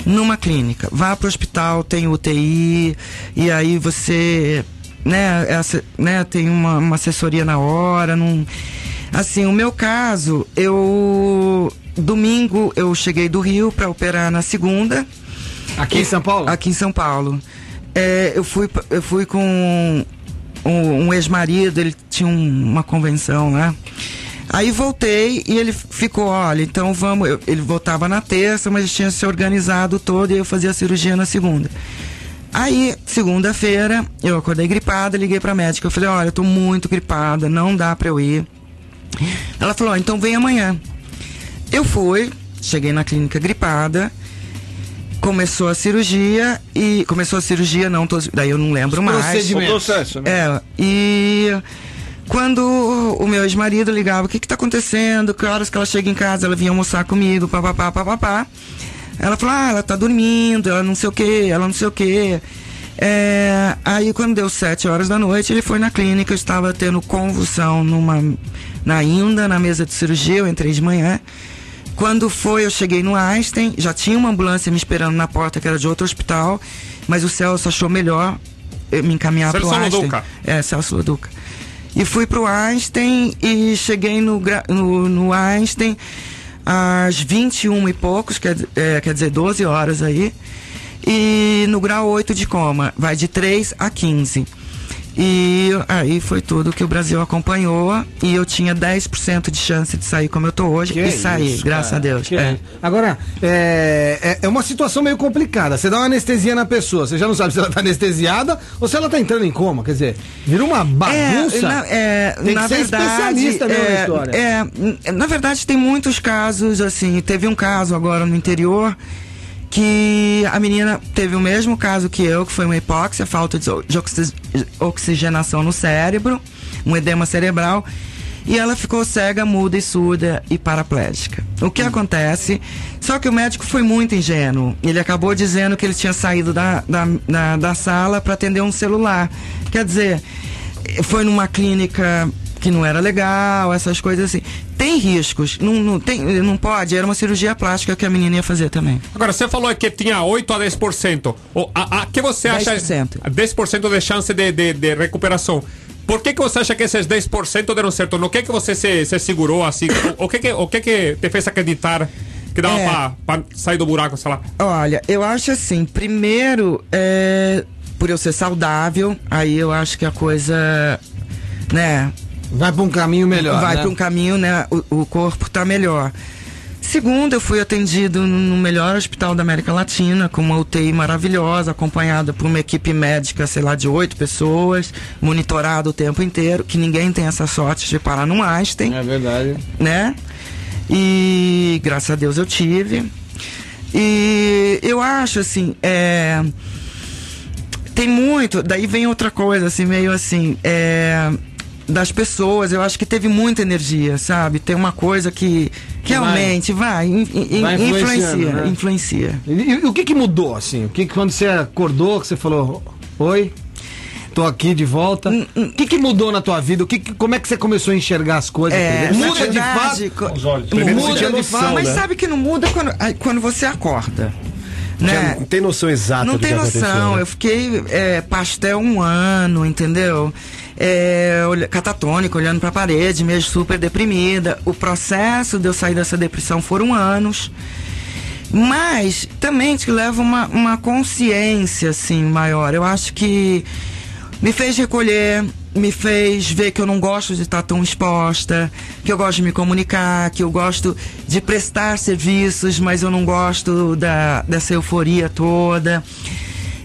Speaker 8: numa clínica. Vá para o hospital, tem UTI e aí você, né, essa, né tem uma, uma assessoria na hora, não assim, o meu caso, eu domingo eu cheguei do Rio para operar na segunda.
Speaker 9: Aqui em São Paulo?
Speaker 8: Aqui em São Paulo. É, eu, fui, pa- eu fui com um, um ex-marido, ele tinha um- uma convenção lá. Aí voltei e ele ficou, olha, então vamos. eu- ele voltava na terça, mas tinha se organizado todo e eu fazia a cirurgia na segunda. Aí, segunda-feira, eu acordei gripada, liguei pra médica. Eu falei, olha, eu tô muito gripada, não dá pra eu ir. Ela falou, ó, então vem amanhã. Eu fui, cheguei na clínica gripada, começou a cirurgia e. Começou a cirurgia, não, tô, daí eu não lembro mais.
Speaker 5: O processo, né?
Speaker 8: É, e quando o meu ex-marido ligava, o que que tá acontecendo? Que horas que ela chega em casa? Ela vinha almoçar comigo, papapá, papapá. Ela falou, ah, ela tá dormindo, ela não sei o que, ela não sei o que. aí quando deu sete horas da noite, ele foi na clínica, eu estava tendo convulsão numa, na ainda, na mesa de cirurgia, eu entrei de manhã. Quando foi, eu cheguei no Einstein, já tinha uma ambulância me esperando na porta, que era de outro hospital, mas o Celso achou melhor eh, me encaminhar para
Speaker 6: Celso
Speaker 8: o Einstein.
Speaker 6: Loduca.
Speaker 8: É, Celso Loduca. E fui pro Einstein e cheguei no, gra- no, no Einstein às 21 e poucos, quer, di- é, quer dizer, 12 horas aí. E no grau 8 de coma, vai de 3 a 15. E aí foi tudo que o Brasil acompanhou. E eu tinha 10% de chance de sair como eu tô hoje.
Speaker 9: Que
Speaker 8: e saí,
Speaker 9: isso,
Speaker 8: graças
Speaker 9: cara,
Speaker 8: a Deus.
Speaker 9: que
Speaker 8: É.
Speaker 9: isso. Agora, é, é, é uma situação meio complicada. Você dá uma anestesia na pessoa, você já não sabe se ela tá anestesiada ou se ela tá entrando em coma. Quer dizer, vira uma bagunça.
Speaker 8: É, na, é,
Speaker 9: Tem que
Speaker 8: na
Speaker 9: ser
Speaker 8: verdade,
Speaker 9: especialista mesmo na
Speaker 8: é,
Speaker 9: história.
Speaker 8: é, n- na verdade, tem muitos casos, assim, teve um caso agora no interior que a menina teve o mesmo caso que eu, que foi uma hipóxia, falta de, o- de oxi- oxigenação no cérebro, um edema cerebral, e ela ficou cega, muda e surda e paraplégica. O
Speaker 9: Hum.
Speaker 8: que acontece? Só que o médico foi muito ingênuo. Ele acabou dizendo que ele tinha saído da, da, da, da sala para atender um celular. Quer dizer, foi numa clínica que não era legal, essas coisas assim. Tem riscos, não, não, tem, não pode, era uma cirurgia plástica que a menina ia fazer também.
Speaker 6: Agora, você falou que tinha 8 a 10%. O, a, a que você acha?
Speaker 8: 10%.
Speaker 6: 10% de chance de, de, de recuperação. Por que, que você acha que esses 10% deram certo? No que que você se, se segurou assim? O, o que que, o que que te fez acreditar que dava
Speaker 8: É.
Speaker 6: pra, pra sair do buraco, sei lá?
Speaker 8: Olha, eu acho assim, primeiro, é, por eu ser saudável, aí eu acho que a coisa, né,
Speaker 9: Vai pra um caminho melhor.
Speaker 8: vai
Speaker 9: né?
Speaker 8: para um caminho, né? O, o corpo tá melhor. Segundo, eu fui atendido no melhor hospital da América Latina, com uma UTI maravilhosa, acompanhada por uma equipe médica, sei lá, de oito pessoas, monitorado o tempo inteiro, que ninguém tem essa sorte de parar num Einstein
Speaker 5: É verdade.
Speaker 8: né? E graças a Deus eu tive. E eu acho assim, é, tem muito. Daí vem outra coisa, assim, meio assim, é, das pessoas. Eu acho que teve muita energia, sabe? Tem uma coisa que realmente vai, in- in-
Speaker 4: vai influenciando,
Speaker 8: influencia,
Speaker 4: né?
Speaker 8: influencia.
Speaker 4: E, e o que que mudou, assim? O que que quando você acordou, que você falou, oi, tô aqui de volta.
Speaker 8: Hum,
Speaker 4: O que que mudou na tua vida? O que que- como é que você começou a enxergar as coisas?
Speaker 8: É,
Speaker 4: primeiro?
Speaker 8: na
Speaker 4: muda de
Speaker 8: verdade,
Speaker 4: fato.
Speaker 8: co-
Speaker 7: Primeiro
Speaker 4: muda
Speaker 7: você tinha
Speaker 4: de
Speaker 7: noção,
Speaker 4: fato.
Speaker 7: né?
Speaker 8: Mas sabe que não muda quando, ai, quando você acorda.
Speaker 7: Tinha-
Speaker 8: Né?
Speaker 7: Não tem noção exata
Speaker 8: Não
Speaker 7: do
Speaker 8: tem
Speaker 7: que aconteceu,
Speaker 8: noção.
Speaker 7: né?
Speaker 8: Eu fiquei é, pastel um ano, entendeu? É, olha- catatônica, olhando pra parede, meio super deprimida. O processo de eu sair dessa depressão foram anos. Mas também te leva uma, uma consciência, assim, maior. Eu acho que me fez recolher, me fez ver que eu não gosto de estar tão exposta, que eu gosto de me comunicar, que eu gosto de prestar serviços, mas eu não gosto da, dessa euforia toda.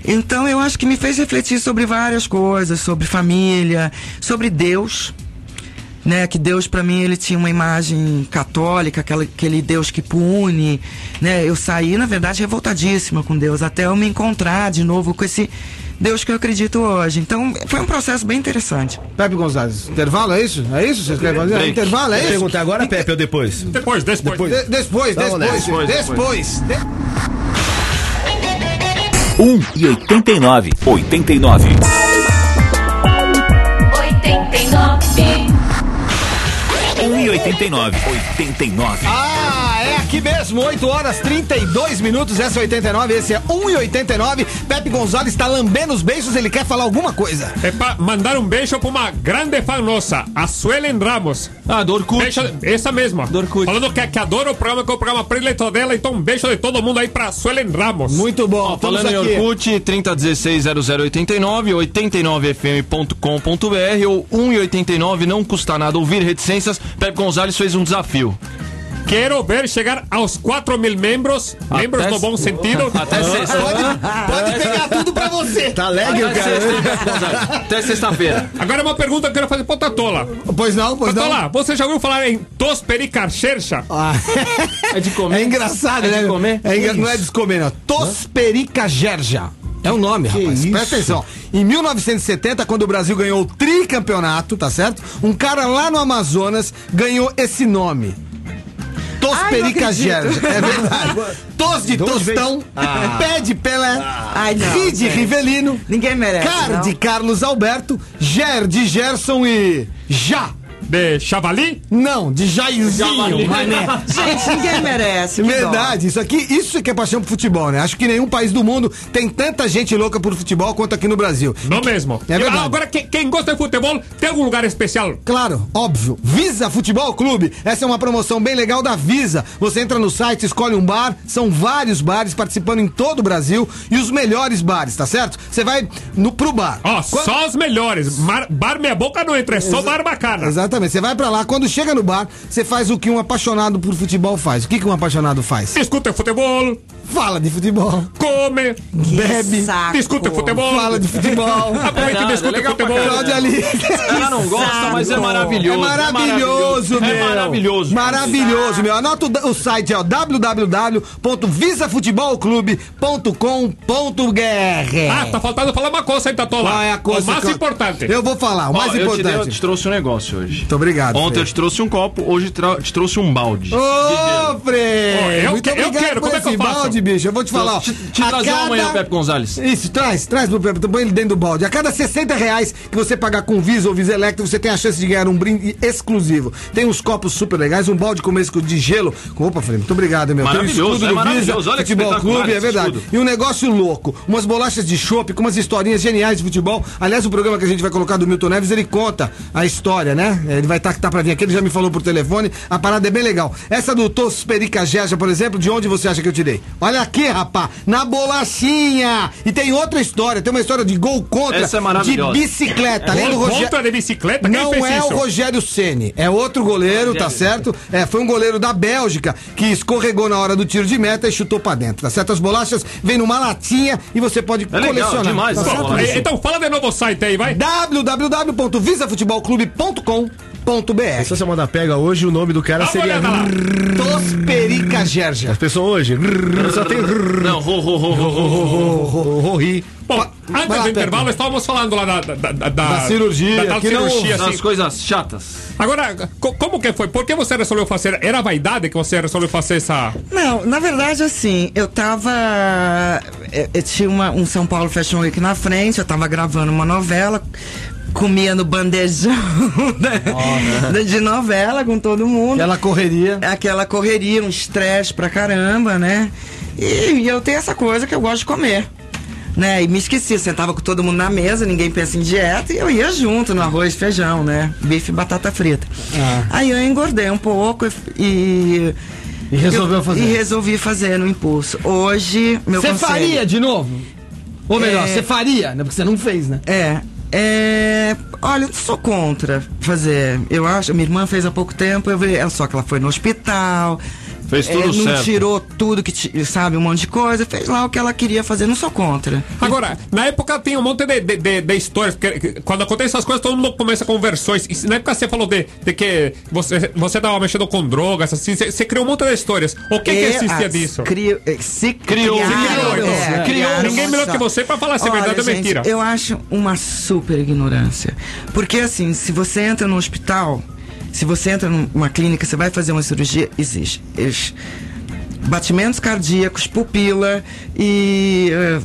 Speaker 8: Então eu acho que me fez refletir sobre várias coisas, sobre família, sobre Deus né, que Deus para mim ele tinha uma imagem católica, aquela, aquele Deus que pune, né? Eu saí na verdade revoltadíssima com Deus até eu me encontrar de novo com esse Deus que eu acredito hoje. Então foi um processo bem interessante.
Speaker 4: Pepe Gonzalez, intervalo é isso? É isso? Vocês querem fazer? Intervalo é
Speaker 7: Quer
Speaker 4: isso?
Speaker 7: perguntar agora, Pepe, ou depois?
Speaker 6: Depois, depois.
Speaker 4: De- depois,
Speaker 7: Vamos
Speaker 4: depois,
Speaker 7: nessa.
Speaker 4: Então, né? depois, depois. De-
Speaker 12: 1 e 89. 89.
Speaker 13: 89.
Speaker 12: 1 e 89. 89.
Speaker 4: Ah, é aqui mesmo, 8 horas 32 minutos, essa é 89, esse é 1 e 89. Pepe Gonzalez está lambendo os beijos, ele quer falar alguma coisa.
Speaker 6: É pra mandar um beijo pra uma grande fã nossa, a Suelen Ramos.
Speaker 5: Ah, do Orkut.
Speaker 6: Beijo, essa mesma.
Speaker 5: Do Orkut.
Speaker 6: Falando que, que adora o programa, que é o programa predileto dela. Então, um beijo de todo mundo aí pra Suelen Ramos.
Speaker 4: Muito bom, estamos
Speaker 5: Falando em
Speaker 4: aqui.
Speaker 5: Orkut, 3016-0089, 89fm.com.br ou 1,89, não custa nada ouvir reticências. Pepe Gonzalez fez um desafio.
Speaker 6: Quero ver chegar aos 4 mil membros. membros no bom sentido. Ah.
Speaker 5: Até sexta.
Speaker 4: Pode pegar tudo pra você.
Speaker 7: Tá alegre,
Speaker 5: Até
Speaker 4: é.
Speaker 7: cara?
Speaker 5: sexta, hein, Pepe Gonzalez? Até sexta-feira.
Speaker 6: Agora uma pergunta que eu quero fazer pra Tatola.
Speaker 4: Pois não, pois não. Ah.
Speaker 6: Tatola, você já ouviu falar em tospericarchercha?
Speaker 5: É de comer.
Speaker 4: É engraçado,
Speaker 5: É
Speaker 4: né?
Speaker 5: de comer?
Speaker 4: É engra- Não é de comer, não. Tosperica gerja. É o nome, rapaz.
Speaker 7: isso?
Speaker 4: Presta atenção. Em 1970, quando o Brasil ganhou o tricampeonato, tá certo? Um cara lá no Amazonas ganhou esse nome. Tosperica
Speaker 8: Ai, não acredito.
Speaker 4: gerja. É verdade. Tos de Ah.
Speaker 7: De onde
Speaker 4: tostão,
Speaker 7: veio?
Speaker 4: pé de Pelé,
Speaker 8: Ai, não,
Speaker 4: ri de
Speaker 8: gente.
Speaker 4: Rivelino,
Speaker 8: Ninguém merece.
Speaker 4: car
Speaker 8: não?
Speaker 4: de Carlos Alberto, ger de Gerson e já.
Speaker 6: De Chavali?
Speaker 4: Não, de Jairzinho, mané.
Speaker 8: Gente, ninguém merece. que dó.
Speaker 4: Verdade, isso aqui, isso é que é paixão pro futebol, né? Acho que nenhum país do mundo tem tanta gente louca por futebol quanto aqui no Brasil.
Speaker 6: Não mesmo.
Speaker 4: É verdade.
Speaker 6: Ah, Agora, quem, quem gosta de futebol, tem algum lugar especial?
Speaker 4: Claro, óbvio. Visa Futebol Clube. Essa é uma promoção bem legal da Visa. Você entra no site, escolhe um bar. São vários bares participando em todo o Brasil e os melhores bares, tá certo? Você vai no pro bar.
Speaker 6: Ó,
Speaker 4: Quando-
Speaker 6: só os melhores. Mar- bar meia boca não entra, é só bar bacana.
Speaker 4: Exatamente. Você vai pra lá. Quando chega no bar, você faz o que um apaixonado por futebol faz. O que, que um apaixonado faz?
Speaker 6: Discute futebol,
Speaker 4: Fala de futebol,
Speaker 6: come,
Speaker 8: Que
Speaker 4: bebe,
Speaker 8: saco.
Speaker 6: discute futebol.
Speaker 4: fala de futebol.
Speaker 6: Aproveita
Speaker 5: É
Speaker 6: e
Speaker 5: nada,
Speaker 6: discute
Speaker 5: é legal pra
Speaker 6: futebol.
Speaker 5: caralho.
Speaker 4: Cláudia Lins.
Speaker 5: Ela não gosta, mas é maravilhoso.
Speaker 4: É maravilhoso, meu.
Speaker 5: É maravilhoso.
Speaker 4: Maravilhoso, meu. Anota o, o site, é o www.visafutebolclube.com.br.
Speaker 6: Ah, tá faltando falar uma coisa aí, Tatola.
Speaker 4: Qual é a coisa
Speaker 6: O mais
Speaker 4: que eu-
Speaker 6: importante.
Speaker 4: Eu vou falar, o
Speaker 5: Ó,
Speaker 4: mais
Speaker 5: eu te dei- Eu te,
Speaker 4: importante.
Speaker 5: trouxe um negócio hoje.
Speaker 4: Muito obrigado.
Speaker 5: Ontem eu
Speaker 4: Fred.
Speaker 5: te trouxe um copo, hoje tra- te trouxe um balde.
Speaker 4: Ô,
Speaker 6: Ó,
Speaker 4: Fred!
Speaker 6: eu
Speaker 4: Muito
Speaker 6: que- eu
Speaker 4: obrigado
Speaker 6: quero,
Speaker 4: por
Speaker 6: como é que eu
Speaker 4: esse
Speaker 6: faço?
Speaker 4: balde, bicho. Eu vou te falar, ó.
Speaker 5: Te, te
Speaker 4: a
Speaker 5: trazer
Speaker 4: cada-
Speaker 5: amanhã, Pepe Gonzalez.
Speaker 4: Isso, traz, traz pro Pepe, põe ele dentro do balde. A cada 60 reais que você pagar com Visa ou Visa Electro, você tem a chance de ganhar um brinde exclusivo. Tem uns copos super legais, um balde com mesco de gelo. Opa, Felipe, muito obrigado, meu. Tem um
Speaker 5: Maravilhoso,
Speaker 4: escudo
Speaker 5: é
Speaker 4: do
Speaker 5: maravilhoso.
Speaker 4: Visa,
Speaker 5: Olha que
Speaker 4: Futebol
Speaker 5: espetacular
Speaker 4: Clube, é
Speaker 5: esse
Speaker 4: verdade.
Speaker 5: escudo.
Speaker 4: E um negócio louco, umas bolachas de chopp com umas historinhas geniais de futebol. Aliás, o programa que a gente vai colocar do Milton Neves, ele conta a história, né? É, Ele vai estar tá, tá pra vir aqui, ele já me falou por telefone. A parada é bem legal. Essa do Tossos Perica Geja, por exemplo, de onde você acha que eu tirei? Olha aqui, rapá, na bolachinha! E tem outra história, tem uma história de gol contra
Speaker 5: Essa é
Speaker 4: de
Speaker 5: maravilhosa.
Speaker 4: bicicleta. Além do
Speaker 6: Gol
Speaker 4: Rogério-
Speaker 6: Contra de bicicleta? Quem
Speaker 4: não
Speaker 6: fez
Speaker 4: é
Speaker 6: isso?
Speaker 4: o Rogério Ceni, é outro goleiro, tá certo? É, foi um goleiro da Bélgica que escorregou na hora do tiro de meta e chutou pra dentro. Tá certo? As bolachas vêm numa latinha e você pode
Speaker 5: É legal,
Speaker 4: colecionar.
Speaker 5: demais
Speaker 4: tá
Speaker 5: essa
Speaker 4: certo?
Speaker 5: bolacha.
Speaker 6: É, Então fala de novo o site aí, vai.
Speaker 7: É
Speaker 4: www.visafutebolclube.com.br
Speaker 7: só você mandar pega hoje, o nome do cara
Speaker 6: Dá uma
Speaker 7: seria.
Speaker 6: olhada tá lá.
Speaker 4: Tosperica Gerja.
Speaker 7: As pessoas hoje. Só tem.
Speaker 5: Não, ro, ro, ro, ro, ro, ro.
Speaker 7: Rorri.
Speaker 6: Bom,
Speaker 4: vai lá,
Speaker 6: antes do
Speaker 4: Pepe.
Speaker 6: intervalo, estávamos falando lá da, da, da, da- da
Speaker 4: cirurgia,
Speaker 6: tal
Speaker 4: que não-
Speaker 6: cirurgia,
Speaker 5: Nas
Speaker 6: assim.
Speaker 5: coisas chatas.
Speaker 6: Agora, co- como que foi? Por que você resolveu fazer? Era vaidade que você resolveu fazer essa.
Speaker 8: Não, na verdade, assim, eu tava. Eu, eu tinha uma- um São Paulo Fashion Week na frente, eu tava gravando uma novela, comia no bandejão da- de novela com todo mundo.
Speaker 4: Ela correria.
Speaker 5: é
Speaker 8: É Aquela correria, um estresse pra caramba, né? E, e eu tenho essa coisa que eu gosto de comer. Né? E me esqueci, sentava com todo mundo na mesa, ninguém pensa em dieta, e eu ia junto no arroz, feijão, né? Bife e batata frita.
Speaker 4: Ah.
Speaker 8: Aí eu engordei um pouco e. e
Speaker 4: E resolveu
Speaker 8: eu-
Speaker 4: fazer.
Speaker 8: E resolvi fazer no impulso. Hoje, meu
Speaker 14: Você
Speaker 8: conselho-
Speaker 14: faria de novo? Ou melhor,
Speaker 8: É.
Speaker 14: você faria, né? Porque você não fez, né?
Speaker 8: É. É. Olha, eu não sou contra fazer. Eu acho. Minha irmã fez há pouco tempo, eu vi. é Só que ela foi no hospital.
Speaker 5: Fez tudo
Speaker 8: é, não
Speaker 5: certo.
Speaker 8: tirou tudo que ti- sabe, um monte de coisa, fez lá o que ela queria fazer, não sou contra.
Speaker 6: Agora, na época tem um monte de, de, de- de histórias, porque que- quando acontecem essas coisas, todo mundo começa conversões. E se- na época você falou de, de que você, você tava mexendo com drogas, assim, você, você criou um monte de histórias. O que, que
Speaker 8: E
Speaker 6: existia
Speaker 8: É, as
Speaker 6: disso?
Speaker 8: crio- eh, se
Speaker 5: Criou.
Speaker 8: criaram,
Speaker 5: Se criou, então.
Speaker 8: é,
Speaker 5: Se criou.
Speaker 8: criaram
Speaker 6: Ninguém
Speaker 8: uma
Speaker 6: melhor que
Speaker 8: só-
Speaker 6: você pra falar se é
Speaker 8: Olha,
Speaker 6: verdade ou
Speaker 8: gente,
Speaker 6: mentira.
Speaker 8: Eu acho uma super ignorância. Porque assim, se você entra no hospital, se você entra numa clínica, você vai fazer uma cirurgia, existe. ex- batimentos cardíacos, pupila e eh,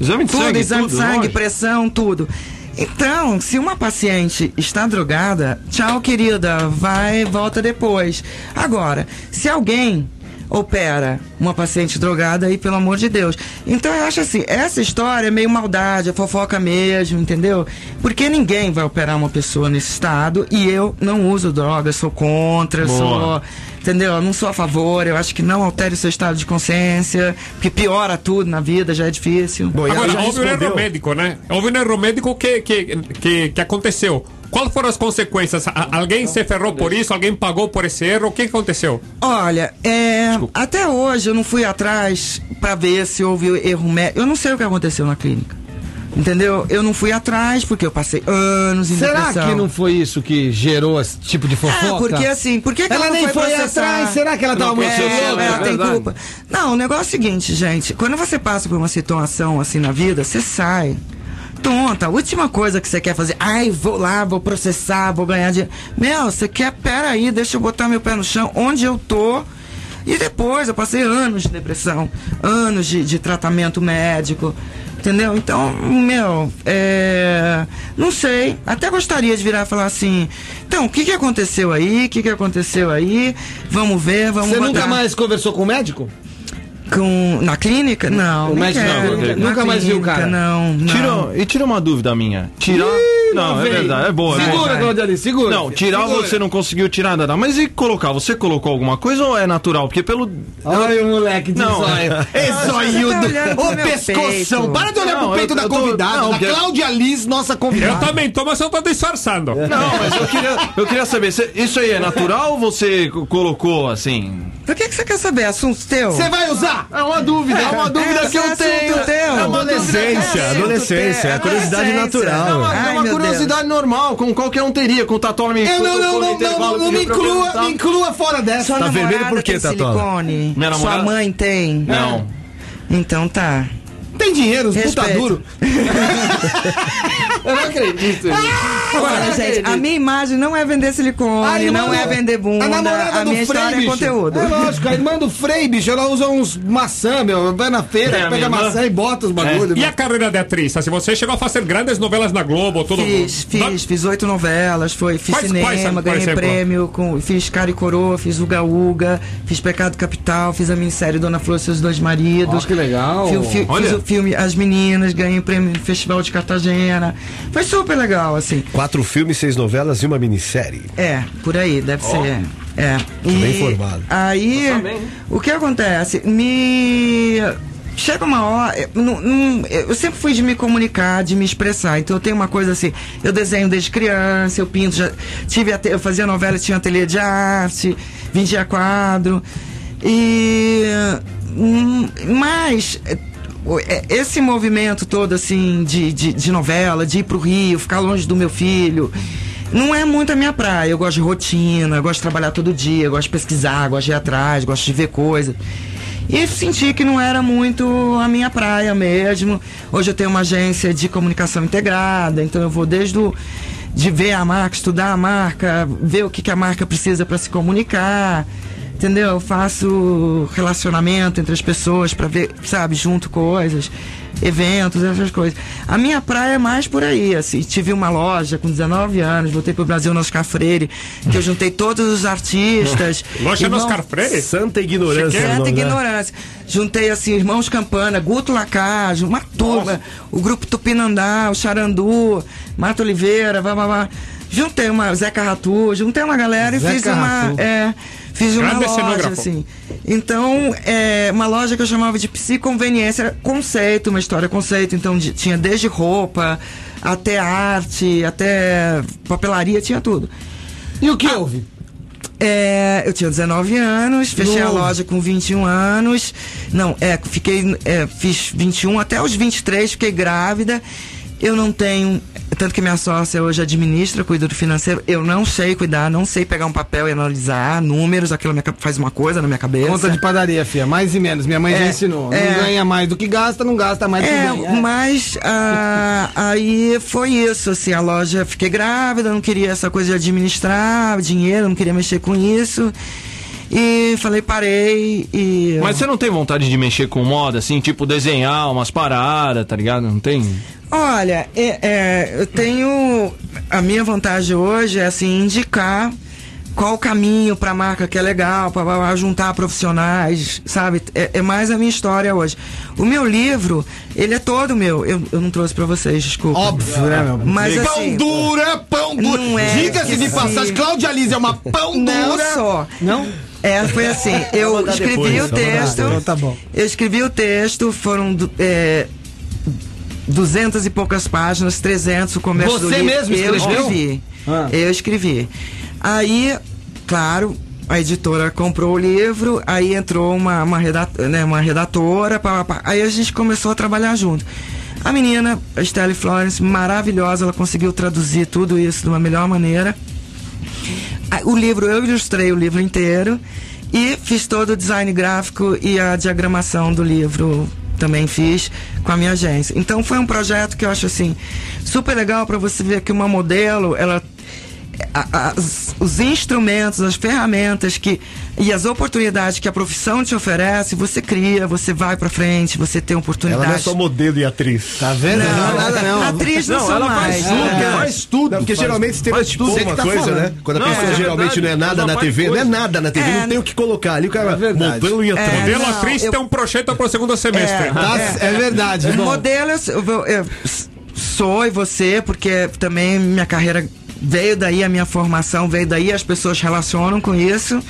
Speaker 5: Exame de
Speaker 8: tudo,
Speaker 5: sangue.
Speaker 8: exame
Speaker 5: tudo,
Speaker 8: de sangue,
Speaker 5: lógico.
Speaker 8: pressão, tudo. Então, se uma paciente está drogada, tchau, querida, vai, volta depois. Agora, se alguém opera uma paciente drogada aí, pelo amor de Deus. Então, eu acho assim, essa história é meio maldade, é fofoca mesmo, entendeu? Porque ninguém vai operar uma pessoa nesse estado e eu não uso droga, sou contra,
Speaker 5: Boa.
Speaker 8: sou entendeu? Eu não sou a favor, eu acho que não altere o seu estado de consciência, porque piora tudo na vida, já é difícil.
Speaker 7: Bom, e ela
Speaker 6: Agora,
Speaker 7: já
Speaker 6: houve um erro
Speaker 7: respondeu.
Speaker 6: médico, né? Houve um erro médico que, que, que, que aconteceu. Quais foram as consequências? A- alguém se ferrou por isso? Alguém pagou por esse erro? O que aconteceu?
Speaker 8: Olha, é, até hoje eu não fui atrás pra ver se houve erro médico. Eu não sei o que aconteceu na clínica. Entendeu? Eu não fui atrás porque eu passei anos em
Speaker 14: Será
Speaker 8: depressão.
Speaker 14: que não foi isso que gerou esse tipo
Speaker 5: Ah,
Speaker 14: de
Speaker 8: É,
Speaker 14: fofoca?
Speaker 8: porque assim, por que, que
Speaker 14: Ela
Speaker 8: não
Speaker 14: nem foi
Speaker 8: processar?
Speaker 14: atrás, será que ela tava
Speaker 8: Não,
Speaker 14: muito
Speaker 8: é,
Speaker 14: louca?
Speaker 8: Ela
Speaker 14: É
Speaker 8: tem
Speaker 14: verdade.
Speaker 8: culpa. Não, o negócio é o seguinte, gente. Quando você passa por uma situação assim na vida, você sai. Tonta, a última coisa que você quer fazer, ai, vou lá, vou processar, vou ganhar dinheiro. Meu, você quer, peraí, deixa eu botar meu pé no chão, onde eu tô. E depois, eu passei anos de depressão, anos de, de tratamento médico, entendeu? Então, meu, é, não sei. Até gostaria de virar e falar assim: então, o que, que aconteceu aí? O que, que aconteceu aí? Vamos ver, vamos
Speaker 14: Você
Speaker 8: botar-
Speaker 14: nunca mais conversou com o médico?
Speaker 8: Com, na clínica? Não.
Speaker 14: O
Speaker 8: nem
Speaker 14: médico
Speaker 8: quero.
Speaker 14: não, ok.
Speaker 8: Na
Speaker 14: Nunca mais viu o
Speaker 8: clínica,
Speaker 14: cara?
Speaker 8: Não, não.
Speaker 5: Tirou, e tira uma dúvida minha. Tirar. não, é
Speaker 14: vem.
Speaker 5: verdade. É boa. é boa.
Speaker 14: Segura, dona Adeli, segura.
Speaker 5: Não, tirar você não conseguiu tirar nada. Mas e colocar? Você colocou alguma coisa ou é natural? Porque pelo.
Speaker 14: Olha o moleque de
Speaker 5: Não.
Speaker 14: zóio.
Speaker 4: É
Speaker 8: Você tá
Speaker 4: zoiudo.
Speaker 8: olhando pro
Speaker 4: Ô,
Speaker 8: meu
Speaker 4: pescoção.
Speaker 8: peito.
Speaker 4: Para de olhar
Speaker 5: Não,
Speaker 4: pro peito
Speaker 5: eu-
Speaker 4: da
Speaker 5: eu tô-
Speaker 4: convidada.
Speaker 5: não,
Speaker 4: da
Speaker 5: porque-
Speaker 4: Cláudia Liz, nossa
Speaker 8: Ah.
Speaker 6: Eu
Speaker 4: convidada.
Speaker 6: também tô, mas eu tô disfarçando.
Speaker 8: É.
Speaker 5: Não, mas eu queria, eu queria saber, cê- isso aí é natural ou você co- colocou assim?
Speaker 8: Por que, que você quer saber? Assunto teu?
Speaker 4: Você vai usar?
Speaker 14: É uma dúvida, é uma dúvida
Speaker 8: Esse
Speaker 14: que eu
Speaker 8: assunto
Speaker 14: tenho.
Speaker 8: teu.
Speaker 14: É uma
Speaker 7: Adolescência, adolescência, é a curiosidade
Speaker 8: Adolescência.
Speaker 14: É
Speaker 7: natural.
Speaker 14: uma, é
Speaker 8: Ai,
Speaker 14: uma
Speaker 8: meu
Speaker 14: curiosidade normal, como qualquer um teria, com o
Speaker 5: tá
Speaker 14: Tatuano me
Speaker 4: Eu não,
Speaker 14: quando
Speaker 4: não,
Speaker 14: for no
Speaker 4: não, não,
Speaker 14: intervalo,
Speaker 4: não, não me
Speaker 14: pediu pra eu
Speaker 4: inclua,
Speaker 14: perguntar.
Speaker 4: me inclua fora dessa.
Speaker 8: Sua
Speaker 7: Tá
Speaker 8: namorada
Speaker 7: vermelho por quê,
Speaker 8: tem
Speaker 7: Tatá?
Speaker 8: silicone?
Speaker 5: Minha namorada?
Speaker 8: Sua mãe tem?
Speaker 5: Não.
Speaker 8: Então tá.
Speaker 4: Tem dinheiro, os puta
Speaker 8: Respeito.
Speaker 4: duro.
Speaker 14: Eu não acredito.
Speaker 4: Ah!
Speaker 8: Olha, gente, a minha imagem não é vender silicone,
Speaker 4: A irmã
Speaker 8: não é
Speaker 4: do-
Speaker 8: vender bunda.
Speaker 4: A namorada do
Speaker 8: minha
Speaker 4: Frei,
Speaker 8: história
Speaker 4: bicho.
Speaker 8: é conteúdo.
Speaker 4: É lógico, a irmã do Frei, bicho, ela usa uns maçã, meu. Vai na feira,
Speaker 5: É,
Speaker 4: pega
Speaker 5: a minha irmã. É.
Speaker 4: maçã e bota os bagulhos.
Speaker 6: E a carreira de atriz? Assim, você chegou a fazer grandes novelas na Globo, tudo.
Speaker 8: Fiz,
Speaker 6: Na-
Speaker 8: fiz, fiz oito novelas, foi, fiz
Speaker 6: Quais-
Speaker 8: cinema,
Speaker 6: quais são, por
Speaker 8: ganhei
Speaker 6: exemplo?
Speaker 8: prêmio, com, fiz Cara e Coroa, fiz Uga Uga, fiz Pecado Capital, fiz a minissérie Dona Flor e seus dois maridos.
Speaker 14: Ó, que legal.
Speaker 8: Fiz, o fi- fiz
Speaker 5: Olha.
Speaker 8: o filme As Meninas, ganhei o prêmio no Festival de Cartagena. Foi super legal, assim.
Speaker 7: Quatro filmes, seis novelas e uma minissérie.
Speaker 8: É, por aí, deve ser. É.
Speaker 7: Bem informado.
Speaker 8: Aí, o que acontece? Me. Chega uma hora. eu não- não- eu sempre fui de me comunicar, de me expressar. Então eu tenho uma coisa assim. Eu desenho desde criança, eu pinto. Já, tive ate- eu fazia novela, tinha ateliê de arte, vendia quadro. E. hum, Mas. eh, o- é- esse movimento todo assim de, de, de novela, de ir pro Rio, ficar longe do meu filho, não é muito a minha praia. Eu gosto de rotina, eu gosto de trabalhar todo dia, eu gosto de pesquisar, eu gosto de ir atrás, gosto de ver coisas. E senti que não era muito a minha praia mesmo. Hoje eu tenho uma agência de comunicação integrada, então eu vou desde o, de ver a marca, estudar a marca, ver o que, que a marca precisa para se comunicar. Entendeu? Eu faço relacionamento entre as pessoas pra ver, sabe, junto coisas, eventos, essas coisas. A minha praia é mais por aí, assim. Tive uma loja com 19 anos, voltei pro Brasil no Oscar Freire, que eu juntei todos os artistas.
Speaker 6: Loja no
Speaker 8: irmão-
Speaker 6: Oscar Freire?
Speaker 7: Santa ignorância. é o
Speaker 8: Santa
Speaker 7: nome, né?
Speaker 8: ignorância. Juntei assim, irmãos Campana, Guto Lacajo, uma turma, o grupo Tupinandá, o Charandu, Mato Oliveira, blá, blá, blá. Juntei uma, Zeca Ratu, juntei uma galera e
Speaker 4: Zeca
Speaker 8: fiz uma.
Speaker 4: Ratu.
Speaker 8: É, fiz uma
Speaker 6: Grande
Speaker 8: loja,
Speaker 6: cenógrafo.
Speaker 8: assim. Então, é, uma loja que eu chamava de psiconveniência, era conceito, uma história conceito. Então, de- tinha desde roupa até arte, até papelaria, tinha tudo. Ah,
Speaker 4: E o que houve?
Speaker 8: É, eu tinha 19 anos, fechei a
Speaker 4: Novo.
Speaker 8: loja com 21 anos. Não, é, fiquei, é, fiz 21 até os 23, fiquei grávida. Eu não tenho, tanto que minha sócia hoje administra, cuida do financeiro. Eu não sei cuidar, não sei pegar um papel e analisar números, aquilo na minha ca- faz uma coisa na minha cabeça.
Speaker 4: Conta de padaria, fia. Mais e menos. Minha mãe já
Speaker 8: É,
Speaker 4: ensinou.
Speaker 8: é.
Speaker 4: Não ganha mais do que gasta, não gasta mais do que
Speaker 8: É,
Speaker 4: ganha. É.
Speaker 8: mas ah, aí foi isso, assim, a loja fiquei grávida, não queria essa coisa de administrar dinheiro, não queria mexer com isso. E falei, parei e.
Speaker 5: Mas você não tem vontade de mexer com moda, assim, tipo desenhar umas paradas, tá ligado? Não tem?
Speaker 8: Olha, é- é, eu tenho. A minha vontade hoje é assim, indicar qual o caminho para a marca que é legal, para juntar profissionais, sabe? É, é mais a minha história hoje. O meu livro, ele é todo meu. Eu, eu não trouxe para vocês, desculpa.
Speaker 4: Óbvio, né, meu?
Speaker 8: Mas assim.
Speaker 4: pão duro, é pão duro.
Speaker 8: Não é
Speaker 4: Diga-se de
Speaker 8: esqueci.
Speaker 4: passagem, Cláudia Liz é uma pão
Speaker 8: Não
Speaker 4: dura.
Speaker 8: só.
Speaker 4: Não?
Speaker 8: É, foi assim, eu escrevi
Speaker 7: depois, só vou
Speaker 8: o
Speaker 7: dar
Speaker 8: texto.
Speaker 4: depois. Tá bom.
Speaker 8: Eu escrevi o texto, foram du- é, duzentas e poucas páginas, 300 o começo do
Speaker 4: Você
Speaker 8: livro.
Speaker 4: mesmo
Speaker 8: Eu
Speaker 4: escreveu?
Speaker 8: escrevi.
Speaker 4: Ah.
Speaker 8: Eu escrevi. Aí, claro, a editora comprou o livro, aí entrou uma, uma, redatora, né, uma redatora, pá, pá, pá. aí a gente começou a trabalhar junto. A menina, a Estelle Florence, maravilhosa, ela conseguiu traduzir tudo isso de uma melhor maneira. Ah, O livro, eu ilustrei o livro inteiro e fiz todo o design gráfico e a diagramação do livro também fiz com a minha agência. Então foi um projeto que eu acho assim super legal para você ver que uma modelo, ela a- a- os- os instrumentos, as ferramentas que e as oportunidades que a profissão te oferece, você cria, você vai para frente, você tem
Speaker 7: Ela
Speaker 8: oportunidade.
Speaker 7: não é só modelo e atriz.
Speaker 4: Tá vendo? Não, nada não.
Speaker 8: Atriz não, sou
Speaker 5: ela
Speaker 8: mais.
Speaker 5: faz tudo,
Speaker 8: É.
Speaker 5: faz tudo.
Speaker 7: Não, porque geralmente você tem
Speaker 5: faz tudo.
Speaker 7: tipo
Speaker 5: Você
Speaker 7: uma
Speaker 5: que tá
Speaker 7: coisa,
Speaker 5: falando.
Speaker 7: né? Quando a
Speaker 5: Não,
Speaker 7: pessoa
Speaker 5: é
Speaker 7: geralmente
Speaker 5: verdade.
Speaker 7: não é nada
Speaker 5: Ela
Speaker 7: na
Speaker 5: faz
Speaker 7: TV, não é
Speaker 5: coisa.
Speaker 7: nada na TV,
Speaker 8: É,
Speaker 7: não tem o que colocar ali. O cara
Speaker 4: verdade.
Speaker 7: modelo e atriz.
Speaker 8: É,
Speaker 6: Modelo
Speaker 8: não,
Speaker 6: atriz
Speaker 8: eu-
Speaker 6: tem um projeto para o segundo semestre.
Speaker 4: Tá- é. verdade.
Speaker 8: O
Speaker 4: bom.
Speaker 8: modelo eu, sou- eu vou- eu s- sou e você, porque também minha carreira veio daí, a minha formação veio daí, as pessoas relacionam com isso.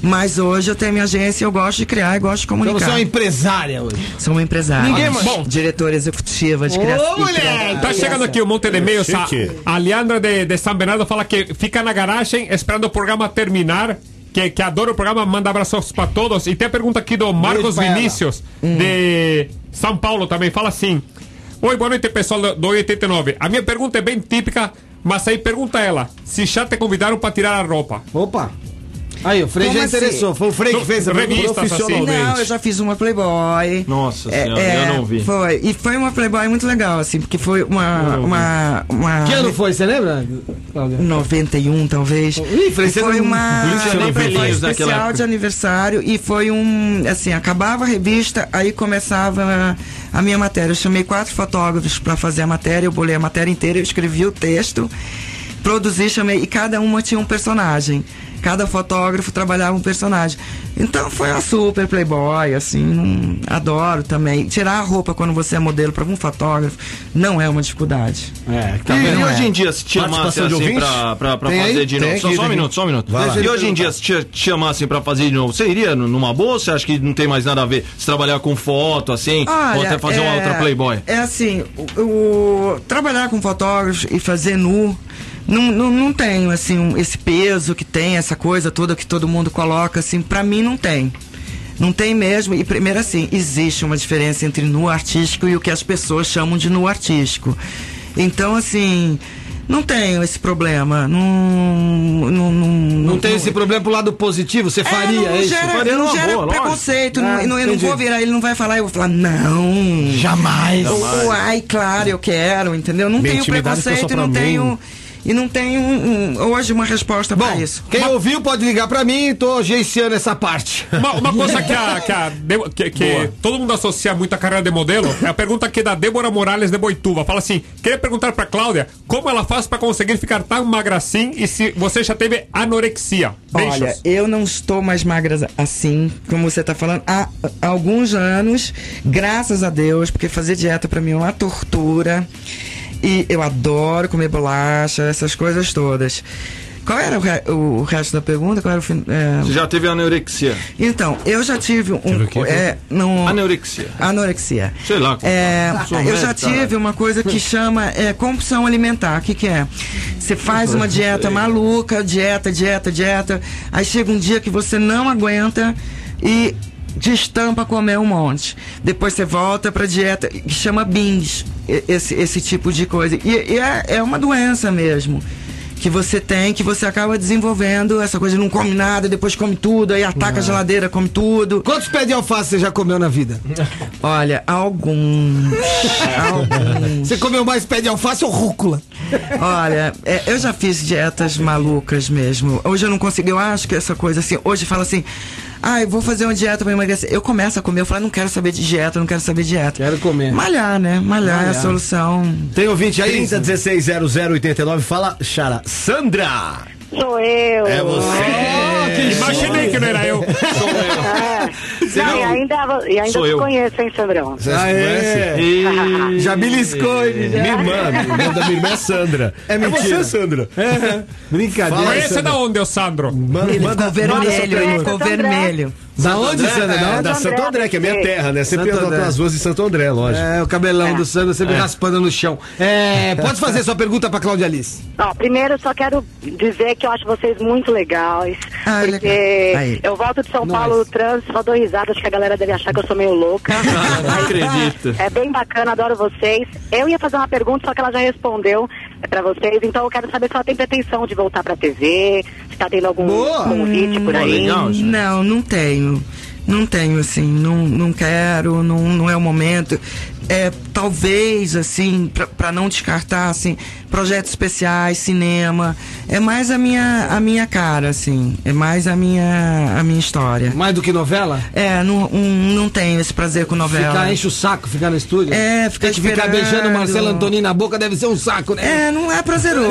Speaker 8: Mas hoje eu tenho minha agência, eu gosto de criar e gosto de
Speaker 4: Então
Speaker 8: comunicar.
Speaker 4: você é uma empresária hoje.
Speaker 8: Sou uma empresária.
Speaker 6: Ninguém mais- Bom.
Speaker 8: Diretora executiva de criação. e criação.
Speaker 6: Tá chegando aqui um monte de e-mails. A,
Speaker 7: Chique.
Speaker 6: a Leandra de, de São Bernardo fala que fica na garagem esperando o programa terminar. Que, que adora o programa, manda abraços pra todos. E tem a pergunta aqui do Marcos
Speaker 4: pra ela. Hum.
Speaker 6: Vinícius, de São Paulo também. Fala assim: Oi, boa noite, pessoal do- do 89. A minha pergunta é bem típica, mas aí pergunta ela: se já te convidaram pra tirar a roupa?
Speaker 4: Opa. Aí, o Frei
Speaker 8: Como
Speaker 4: já
Speaker 8: assim?
Speaker 4: interessou. Foi o Frei que fez a
Speaker 6: Revistas,
Speaker 4: profissionalmente.
Speaker 6: assim.
Speaker 8: Não, eu já fiz uma Playboy. É,
Speaker 5: Nossa senhora, eu não vi.
Speaker 8: Foi. E foi uma Playboy muito legal, assim, porque foi uma. uma, uma
Speaker 4: Que ano foi, você lembra, Cláudia?
Speaker 8: 91, talvez.
Speaker 4: Ih, Frei, você
Speaker 8: foi
Speaker 4: não-
Speaker 8: uma
Speaker 5: Não tinha nem
Speaker 8: foi
Speaker 5: pelinhos naquela
Speaker 8: especial
Speaker 5: época.
Speaker 8: de aniversário e foi um, assim, acabava a revista, aí começava a minha matéria. Eu chamei quatro fotógrafos para fazer a matéria, eu bolei a matéria inteira, eu escrevi o texto produzi, chamei. E cada uma tinha um personagem. Cada fotógrafo trabalhava um personagem. Então foi uma super playboy, assim, hum, adoro também. Tirar a roupa quando você é modelo para um fotógrafo não é uma dificuldade.
Speaker 5: É, tá
Speaker 8: E
Speaker 5: vendo? E
Speaker 8: não
Speaker 5: hoje
Speaker 8: é.
Speaker 5: em dia, se te chamasse
Speaker 7: Participação de
Speaker 5: assim
Speaker 7: ouvinte?
Speaker 5: pra, pra, pra
Speaker 7: Tem aí?
Speaker 5: fazer de
Speaker 7: Tem
Speaker 5: novo.
Speaker 7: aqui,
Speaker 5: Só, só um
Speaker 7: tem.
Speaker 5: minuto, só um minuto.
Speaker 7: Vai lá.
Speaker 5: E hoje em dia, se te, te chamassem assim pra fazer de novo, você iria numa boa? Você acha que não tem mais nada a ver? Se trabalhar com foto, assim, ou
Speaker 8: Olha,
Speaker 5: até fazer uma
Speaker 8: é-
Speaker 5: outra Playboy?
Speaker 8: É assim, o, o- trabalhar com fotógrafos e fazer nu. Não, não, não tenho assim um- esse peso que tem essa coisa toda que todo mundo coloca assim pra mim não tem não tem mesmo e primeiro assim existe uma diferença entre nu artístico e o que as pessoas chamam de nu artístico então assim não tenho esse problema não não, não,
Speaker 4: Não tem esse problema pro lado positivo, você faria
Speaker 8: é, não,
Speaker 4: isso.
Speaker 8: Gera,
Speaker 4: faria
Speaker 8: não
Speaker 4: numa
Speaker 8: gera
Speaker 4: boa, lógico.
Speaker 8: preconceito.
Speaker 4: Ah,
Speaker 8: não, não- eu não
Speaker 4: entendi.
Speaker 8: vou virar, ele não vai falar, eu vou falar, não. Jamais. Ai, claro, eu quero, entendeu? Não
Speaker 7: Minha
Speaker 8: tenho
Speaker 7: intimidade fica só
Speaker 8: preconceito e não
Speaker 7: pra mim.
Speaker 8: tenho. E não tenho um- um- hoje uma resposta pra
Speaker 4: Bom,
Speaker 8: isso.
Speaker 4: quem ouviu pode ligar pra mim, tô gerenciando essa parte.
Speaker 6: Uma, uma coisa que, a- que a Debo- que- que todo mundo associa muito à carreira de modelo é a pergunta que é da Débora Morales de Boituva. Fala assim: queria perguntar pra Cláudia como ela faz pra conseguir ficar tão magra assim e se você já teve anorexia. Beijos.
Speaker 8: Olha, eu não estou mais magra assim, como você está falando, há há alguns anos, graças a Deus, porque fazer dieta para mim é uma tortura. E eu adoro comer bolacha, essas coisas todas. Qual era o, re- o resto da pergunta? Qual era o fin- é,
Speaker 5: Você já teve anorexia?
Speaker 8: Então, eu já tive um. é, não-
Speaker 5: Ah, Anorexia.
Speaker 8: Anorexia.
Speaker 5: Sei lá como
Speaker 8: É,
Speaker 5: tá. Sou
Speaker 8: eu já
Speaker 5: médico, caralho.
Speaker 8: tive uma coisa que chama é, compulsão alimentar. O que, que é? Você faz uma dieta maluca, dieta, dieta, dieta. Aí chega um dia que você não aguenta e destampa comer um monte. Depois você volta pra dieta, que chama BINS, e- esse, esse tipo de coisa. E, e é, é uma doença mesmo. Que você tem, que você acaba desenvolvendo essa coisa, de não come nada, depois come tudo, aí
Speaker 5: É.
Speaker 8: ataca a geladeira, come tudo.
Speaker 4: Quantos pés de alface você já comeu na vida?
Speaker 8: Olha, alguns. alguns.
Speaker 4: Você comeu mais pé de alface ou rúcula?
Speaker 8: Olha, é, eu já fiz dietas malucas mesmo. Hoje eu não consigo, eu acho que essa coisa assim, hoje fala assim, ah, eu vou fazer uma dieta pra emagrecer. Eu começo a comer, eu falo, não quero saber de dieta, não quero saber de dieta.
Speaker 4: Quero comer.
Speaker 8: Malhar, né? Malhar, é a solução.
Speaker 4: Tem ouvinte aí?
Speaker 7: 30 16 00 89, fala, Xara. Sandra!
Speaker 2: Sou eu.
Speaker 7: É você!
Speaker 6: Imaginei Ah, que não era eu.
Speaker 2: Ah, não, e ainda, e ainda
Speaker 5: Sou
Speaker 2: te
Speaker 5: eu.
Speaker 2: conheço, hein, Sandrão?
Speaker 7: Você conhece?
Speaker 5: E...
Speaker 4: Já beliscou, ele.
Speaker 7: Minha irmã, o nome da minha irmã é Sandra. É,
Speaker 4: mentira. É,
Speaker 7: você, Sandra.
Speaker 4: Brincadeira.
Speaker 7: Fala aí,
Speaker 6: Conhece
Speaker 7: Sandra.
Speaker 6: é da onde, o Sandro?
Speaker 7: Manda,
Speaker 8: Ele
Speaker 7: manda-
Speaker 8: ficou vermelho, ele ficou
Speaker 2: Sandra.
Speaker 8: vermelho.
Speaker 4: Da onde, Sandra? Da
Speaker 7: É,
Speaker 4: onde?
Speaker 7: da Santo André, que é minha terra, né? Sempre
Speaker 4: Santo
Speaker 7: ando
Speaker 4: André.
Speaker 7: pelas ruas de Santo André, lógico.
Speaker 4: É, o cabelão do Sandro sempre raspando no chão. É, pode fazer sua pergunta pra Cláudia Alice.
Speaker 2: Ó, primeiro, eu só quero dizer que eu acho vocês muito legais.
Speaker 8: Ah,
Speaker 2: porque
Speaker 8: legal. Aí.
Speaker 2: eu volto de São Paulo, o trânsito, só dou risada. Acho que a galera deve achar que eu sou meio louca.
Speaker 5: Não acredito.
Speaker 2: É bem bacana, adoro vocês. Eu ia fazer uma pergunta, só que ela já respondeu pra vocês. Então, eu quero saber se ela tem pretensão de voltar pra TV, se tá tendo algum
Speaker 4: Boa.
Speaker 2: convite por
Speaker 5: Pô,
Speaker 8: Hum,
Speaker 2: aí.
Speaker 5: legal, gente.
Speaker 8: Não, não tenho. Não tenho, assim, não, não quero, não, não é o momento. É, talvez, assim, pra- pra não descartar, assim, projetos especiais, cinema. É mais a minha, a minha cara, assim. É mais a minha, a minha história.
Speaker 4: Mais do que novela?
Speaker 8: É, não, um- não tenho esse prazer com novela.
Speaker 4: Ficar, enche o saco, ficar no estúdio.
Speaker 8: É, ficar
Speaker 4: Tem que ficar
Speaker 8: esperando.
Speaker 4: beijando Marcelo Antoni na boca deve ser um saco, né?
Speaker 8: É, não é prazeroso.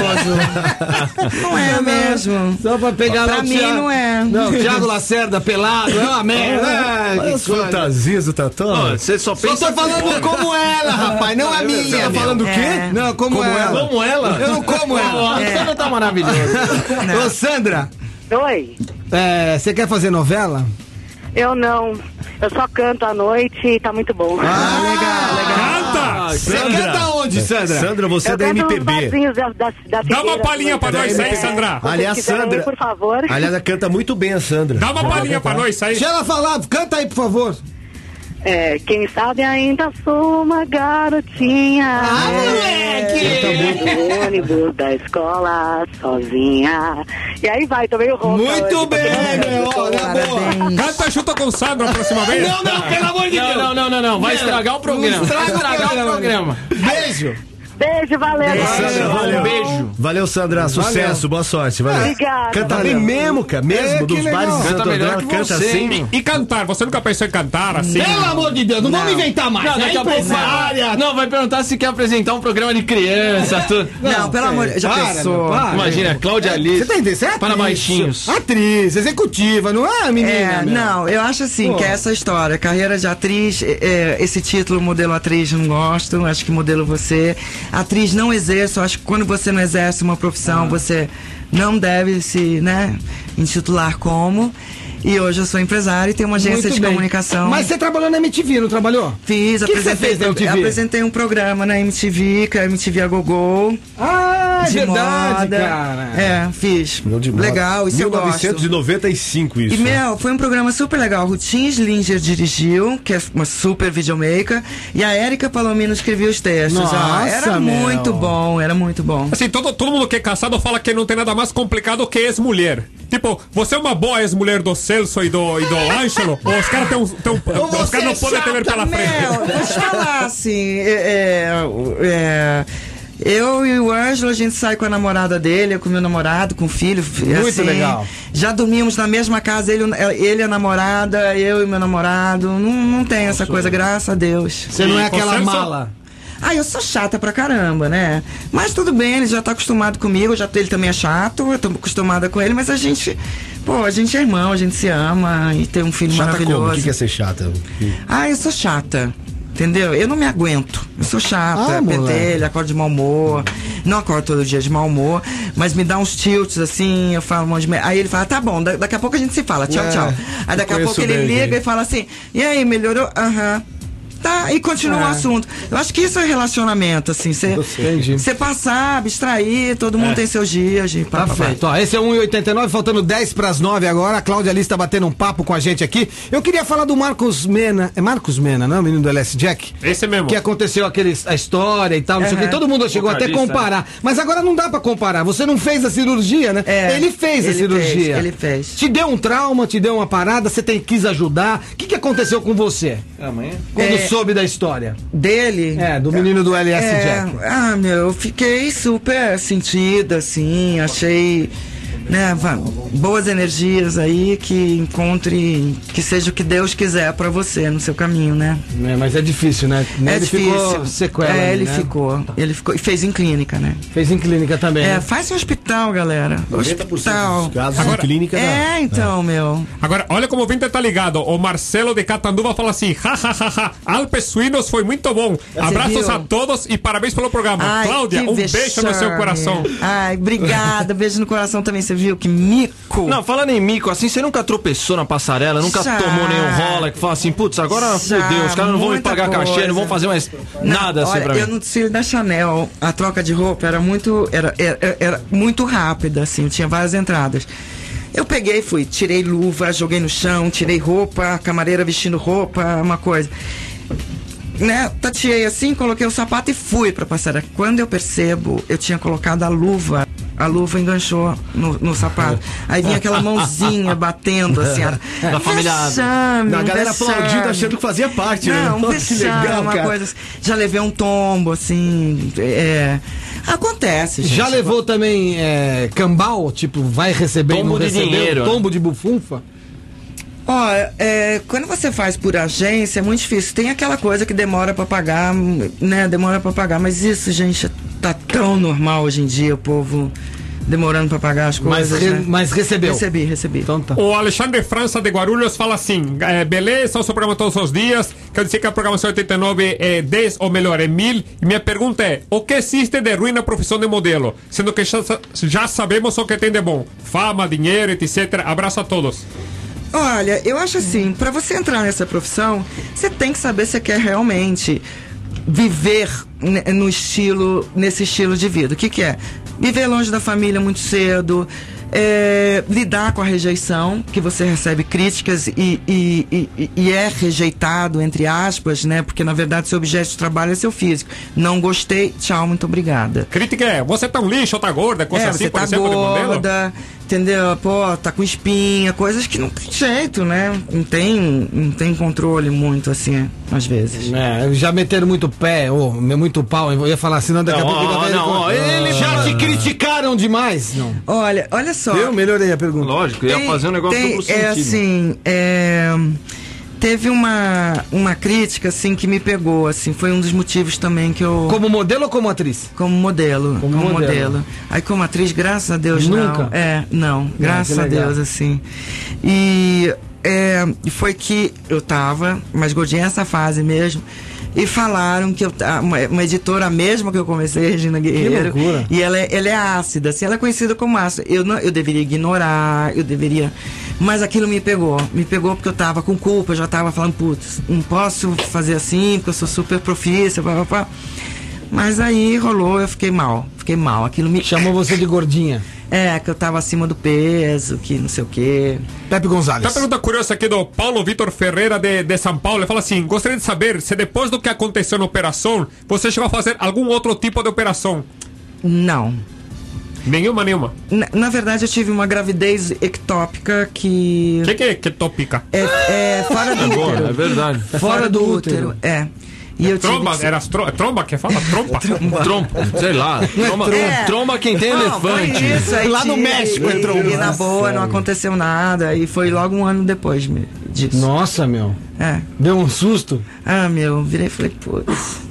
Speaker 8: não é mesmo.
Speaker 4: Só pra pegar lá
Speaker 8: Pra
Speaker 4: o
Speaker 8: mim
Speaker 4: Thiago-
Speaker 8: não é.
Speaker 4: Não, o Thiago Lacerda pelado, é uma merda.
Speaker 7: Olha
Speaker 4: É,
Speaker 7: as fantasias do Tatão.
Speaker 5: Ó, Você só
Speaker 4: Só
Speaker 5: pensa...
Speaker 4: tô falando como ela, rapaz, não a minha. Você tá falando o
Speaker 8: É.
Speaker 4: Não, como, ela.
Speaker 5: Como ela?
Speaker 4: Eu não como ela.
Speaker 5: Você não tá maravilhoso.
Speaker 4: Ô, Sandra,
Speaker 2: Oi.
Speaker 4: é, você quer fazer novela?
Speaker 2: Eu não. Eu só canto à noite e tá muito bom.
Speaker 4: Ah,
Speaker 6: Canta!
Speaker 4: Você canta onde, Sandra?
Speaker 7: Sandra, você é
Speaker 2: eu
Speaker 7: da
Speaker 2: canto nos
Speaker 7: MPB.
Speaker 2: barzinhos da, da, da
Speaker 6: Dá uma palhinha pra nós aí, Sandra.
Speaker 7: Aliás, Sandra-
Speaker 2: Por favor.
Speaker 7: Aliás, ela canta muito bem a Sandra.
Speaker 6: Dá uma palhinha pra nós aí.
Speaker 4: Deixa ela falar, canta aí, por favor.
Speaker 2: É, quem sabe ainda sou uma garotinha. Ah, moleque! No ônibus da escola, sozinha. E aí vai, tomei o roupa.
Speaker 4: Muito
Speaker 2: hoje,
Speaker 4: bem,
Speaker 2: porque-
Speaker 4: meu, olha, boa.
Speaker 6: Canta junto com o Sandro a próxima vez.
Speaker 4: Não, não, pelo amor de Deus.
Speaker 5: Não, não, não, não, não. Vai estragar o programa.
Speaker 4: Não estraga o
Speaker 5: Vai estragar o
Speaker 4: programa.
Speaker 5: programa.
Speaker 4: Beijo.
Speaker 2: Beijo, valeu.
Speaker 7: Beijo,
Speaker 2: gente.
Speaker 7: Sandra, valeu. Beijo. Valeu, Sandra. Sucesso, boa sorte. Valeu.
Speaker 2: Obrigada.
Speaker 7: Canta
Speaker 2: Valeu.
Speaker 7: bem mesmo, cara. Mesmo,
Speaker 6: É, que
Speaker 7: dos
Speaker 6: legal.
Speaker 7: bares de
Speaker 6: Canta
Speaker 7: Santo André,
Speaker 6: melhor
Speaker 7: ela
Speaker 6: que
Speaker 7: canta
Speaker 6: você,
Speaker 7: assim.
Speaker 6: E cantar, você nunca pensou em cantar assim?
Speaker 15: Pelo amor de Deus, não, vamos inventar mais.
Speaker 5: Não,
Speaker 15: é
Speaker 5: daqui a pouco vai.
Speaker 15: empresária.
Speaker 5: né? Não, vai perguntar se quer apresentar um programa de criança. tudo.
Speaker 8: Não, pelo amor de
Speaker 5: Já
Speaker 8: Para,
Speaker 5: pensou?
Speaker 8: meu, para.
Speaker 5: Imagina, Cláudia Alice.
Speaker 9: Você tá entendendo? Você é
Speaker 5: Para
Speaker 9: atriz,
Speaker 5: baixinhos.
Speaker 9: Atriz, executiva, não é, menina?
Speaker 8: É,
Speaker 9: meu?
Speaker 8: não, eu acho assim,
Speaker 9: Pô.
Speaker 8: que é essa história, carreira de atriz, é, é, esse título, modelo atriz, não gosto, acho que modelo você. Atriz não exerço, acho que quando você não exerce uma profissão,
Speaker 9: Ah.
Speaker 8: você não deve se, né, intitular como. E hoje eu sou empresária e tenho uma agência
Speaker 9: Muito
Speaker 8: de
Speaker 9: bem.
Speaker 8: comunicação.
Speaker 9: Mas você trabalhou na MTV, não trabalhou?
Speaker 8: Fiz,
Speaker 9: O que que você fez na MTV?
Speaker 8: apresentei um programa na MTV, que é a MTV a Gogô.
Speaker 9: Ah, é
Speaker 8: de
Speaker 9: verdade,
Speaker 8: moda.
Speaker 9: cara.
Speaker 8: É, fiz.
Speaker 7: Não de moda.
Speaker 8: Legal, isso eu gosto.
Speaker 7: 1995 isso.
Speaker 8: E, meu, foi um programa super legal. Rutin Slinger dirigiu, que é uma super videomaker. E a Érica Palomino escrevia os textos. Ah,
Speaker 9: Nossa,
Speaker 8: era
Speaker 9: meu.
Speaker 8: muito bom, era muito bom.
Speaker 6: Assim, todo, todo mundo que é casado fala que não tem nada mais complicado que ex-mulher. Tipo, você é uma boa ex-mulher do Celso e do, e do Ângelo, ou os caras têm um, têm um- os caras não podem ter pela
Speaker 8: Meu,
Speaker 6: frente.
Speaker 8: vou te falar assim. é, é, é, eu e o Ângelo, a gente sai com a namorada dele, eu com o meu namorado, com o filho.
Speaker 9: Muito
Speaker 8: assim,
Speaker 9: legal.
Speaker 8: Já dormimos na mesma casa, ele, é, ele a namorada, eu e meu namorado. Não, não tem essa
Speaker 7: é.
Speaker 8: coisa, graças a Deus.
Speaker 9: Você não é
Speaker 6: E
Speaker 9: aquela
Speaker 6: você não-
Speaker 9: mala.
Speaker 8: Ah, eu sou chata pra caramba, né? Mas tudo bem, ele já tá acostumado comigo, eu já, ele também é chato, eu tô acostumada com ele, mas a gente, pô, a gente é irmão, a gente se ama e tem um filho
Speaker 7: Chata como? O
Speaker 8: maravilhoso.
Speaker 7: que que é ser chata?
Speaker 8: Ah, eu sou chata. Entendeu? Eu não me aguento. Eu sou chata,
Speaker 9: Ah, moleque.
Speaker 8: pentelha, acordo de mau humor. Não acordo todo dia de mau humor, mas me dá uns tilts assim, eu falo um monte de merda. Aí ele fala, tá bom, da- daqui a pouco a gente se fala, tchau,
Speaker 7: É,
Speaker 8: tchau. Aí
Speaker 7: eu
Speaker 8: daqui a
Speaker 7: conheço
Speaker 8: pouco ele
Speaker 7: bem,
Speaker 8: liga
Speaker 7: gente.
Speaker 8: e fala assim, e aí, melhorou? Aham. Tá, e
Speaker 9: É.
Speaker 8: continua o assunto. Eu acho que isso é relacionamento, assim.
Speaker 9: Entendi. É.
Speaker 8: Você passar, abstrair, todo mundo tem seus dias, gente. pá,
Speaker 9: Tá
Speaker 8: pá, pá.
Speaker 9: feito. Ó, esse é 1,89, faltando 10 pras 9 agora. A Cláudia Alice tá batendo um papo com a gente aqui. Eu queria falar do Marcos Mena. É Marcos Mena, não? O menino do LS Jack?
Speaker 6: Esse mesmo.
Speaker 9: Que
Speaker 8: é-
Speaker 9: aconteceu aquele, a história e tal, não sei o que. Todo mundo chegou até a comparar. Mas agora não dá pra comparar. Você não fez a cirurgia, né?
Speaker 8: É,
Speaker 9: ele fez a
Speaker 8: ele
Speaker 9: cirurgia.
Speaker 8: fez, ele fez.
Speaker 9: Te deu um trauma, te deu uma parada, você tem, quis ajudar. O que, que aconteceu com você? Amanhã? Quando
Speaker 8: É.
Speaker 9: soube da história.
Speaker 8: Dele?
Speaker 9: É, do menino do LS
Speaker 8: É,
Speaker 9: Jack.
Speaker 8: Ah, meu, eu fiquei super sentida, assim, achei. Né, va- boas energias aí que encontre que seja o que Deus quiser pra você no seu caminho, né?
Speaker 9: É, mas é difícil, né?
Speaker 8: é
Speaker 9: ele
Speaker 8: difícil.
Speaker 9: ficou sequela.
Speaker 8: é,
Speaker 9: ali,
Speaker 8: ele
Speaker 9: né?
Speaker 8: ficou. Ele ficou e fez em clínica, né?
Speaker 9: Fez em clínica também.
Speaker 8: É,
Speaker 9: né?
Speaker 8: faz em hospital, galera.
Speaker 7: 90%
Speaker 8: Hospital.
Speaker 7: dos casos né?
Speaker 6: Agora-
Speaker 7: em clínica
Speaker 9: né?
Speaker 7: dá.
Speaker 8: É, então, meu.
Speaker 6: Agora, olha como o Vinter tá ligado. O Marcelo de Catanduva fala assim: ha, ha, ha, ha. Alpes Suínos foi muito bom. Abraços
Speaker 8: viu?
Speaker 6: a todos e parabéns pelo programa.
Speaker 8: Ai,
Speaker 6: Cláudia,
Speaker 8: que
Speaker 6: um beijo no seu
Speaker 8: vexame.
Speaker 6: coração.
Speaker 8: Ai, obrigada. Beijo no coração também. Você viu que mico?
Speaker 5: Não, falando em mico, assim, você nunca tropeçou na passarela, nunca
Speaker 8: Já.
Speaker 5: tomou nenhum rola que fala assim, putz, agora
Speaker 8: Já,
Speaker 5: fudeu, os caras não vão me
Speaker 8: muita
Speaker 5: pagar cachê,
Speaker 8: coisa.
Speaker 5: não vão fazer mais
Speaker 8: Não,
Speaker 5: nada assim
Speaker 8: olha,
Speaker 5: pra mim.
Speaker 8: Eu no desfile da Chanel, a troca de roupa era muito, era, era, era muito rápida, assim, tinha várias entradas. Eu peguei, fui, tirei luva, joguei no chão, tirei roupa, a camareira vestindo roupa, uma coisa. Né, tateei assim, coloquei o sapato e fui pra passarela. Quando eu percebo, eu tinha colocado a luva. A luva enganchou no, no sapato. Aí vinha aquela mãozinha batendo assim. era-
Speaker 5: Da família-
Speaker 8: Vexame,
Speaker 7: A
Speaker 8: um
Speaker 7: galera
Speaker 8: vexame.
Speaker 5: tá
Speaker 7: aplaudindo achando que fazia parte, né?
Speaker 8: Não, um
Speaker 7: Nossa, que
Speaker 8: vexame,
Speaker 7: legal,
Speaker 8: uma
Speaker 7: cara.
Speaker 8: coisa assim. Já levei um tombo, assim. É, acontece, gente.
Speaker 9: Já levou também é, cambal? Tipo, vai receber e
Speaker 5: Tombo
Speaker 9: não
Speaker 5: de
Speaker 9: recebeu?
Speaker 5: dinheiro, né?
Speaker 9: Tombo de bufunfa?
Speaker 8: Ó, é, quando você faz por agência, é muito difícil. Tem aquela coisa que demora pra pagar, né? Demora pra pagar. Mas isso, gente, tá tão normal hoje em dia, o povo demorando pra pagar as
Speaker 9: Mas,
Speaker 8: coisas.
Speaker 9: re-
Speaker 8: né?
Speaker 9: mas recebeu.
Speaker 8: Recebi, recebi.
Speaker 9: Então tá.
Speaker 6: O Alexandre França de Guarulhos fala assim: eh, beleza, o seu programa todos os dias. Quero dizer que a programação 89 é 10, ou melhor, é 1000. E minha pergunta é: o que existe de ruim na profissão de modelo? Sendo que já, sa- já sabemos o que tem de bom: fama, dinheiro, etc. Abraço a todos.
Speaker 8: Olha, eu acho assim, pra você entrar nessa profissão, você tem que saber se você quer realmente viver ne- no estilo, nesse estilo de vida. O que, que é? Viver longe da família muito cedo, é, lidar com a rejeição, que você recebe críticas e, e- e- e- e é rejeitado, entre aspas, né? Porque na verdade seu objeto de trabalho é seu físico. Não gostei, tchau, muito obrigada.
Speaker 6: Crítica é: você tá um lixo, tá gorda, coisa
Speaker 8: É,
Speaker 6: assim,
Speaker 8: você
Speaker 6: por
Speaker 8: tá
Speaker 6: exemplo, de modelo.
Speaker 8: gorda, entendeu? Pô, tá com espinha, coisas que não tem jeito, né? Não tem, não tem controle muito, assim, às vezes.
Speaker 4: É, já meteram muito pé, ou muito pau, eu ia falar assim, não, daqui a Ah.
Speaker 8: Não,
Speaker 4: pouco...
Speaker 8: ó,
Speaker 4: eu vou
Speaker 8: não, ó, ele-
Speaker 4: já te criticaram demais, não.
Speaker 8: Olha, olha só.
Speaker 4: Eu melhorei a pergunta. Lógico,
Speaker 8: Tem- tem- É assim, é, teve uma, uma crítica assim que me pegou, assim, foi um dos motivos também que eu
Speaker 4: Como modelo ou como atriz?
Speaker 8: Como modelo, como, modelo. Aí como atriz, graças a Deus
Speaker 4: Nunca?
Speaker 8: não. É, não, graças
Speaker 4: que
Speaker 8: a
Speaker 4: legal.
Speaker 8: Deus assim. E é, e foi que eu tava, mas Godinho essa fase mesmo. E falaram que eu, ta- uma, uma editora mesmo que eu comecei, Regina Guerreiro.
Speaker 16: loucura.
Speaker 8: E ela é, ela é ácida, assim, ela é conhecida como ácida. Eu, não, eu deveria ignorar, eu deveria. Mas aquilo me pegou. Me pegou porque eu tava com culpa, eu já tava falando, putz, não posso fazer assim, porque eu sou super profícia, pá, pá, pá. Mas aí rolou, eu fiquei mal. Fiquei mal. Aquilo me. Chamou
Speaker 4: você de gordinha?
Speaker 8: É, que eu tava acima do peso, que não sei o quê.
Speaker 4: Pepe
Speaker 6: Tá
Speaker 4: Gonzalez.
Speaker 6: uma pergunta curiosa aqui do Paulo Vitor Ferreira de, de São Paulo. Ele fala assim: gostaria de saber se depois do que aconteceu na operação, você chegou a fazer algum outro tipo de operação?
Speaker 8: Não.
Speaker 6: Nenhuma, nenhuma.
Speaker 8: Na, na verdade, eu tive uma gravidez ectópica que.
Speaker 6: O que, que é ectópica?
Speaker 8: É, é fora do
Speaker 6: Agora,
Speaker 8: útero.
Speaker 6: é verdade.
Speaker 8: Fora, do útero. É. E eu tive
Speaker 6: tromba,
Speaker 8: que-
Speaker 6: era as tro- é tromba que fala? Trompa?
Speaker 8: Tromba.
Speaker 5: Trompa, sei lá.
Speaker 8: Não é
Speaker 5: Tromba-
Speaker 8: tromba.
Speaker 5: tromba quem tem
Speaker 8: Não,
Speaker 5: elefante.
Speaker 8: foi isso, aí
Speaker 5: Lá no
Speaker 8: tive-
Speaker 5: México é
Speaker 8: e-
Speaker 5: tromba.
Speaker 8: E na boa, não aconteceu nada. E foi logo um ano depois me- disso.
Speaker 4: Nossa, meu.
Speaker 8: É.
Speaker 4: Deu um susto?
Speaker 8: Ah, meu, virei e falei, putz.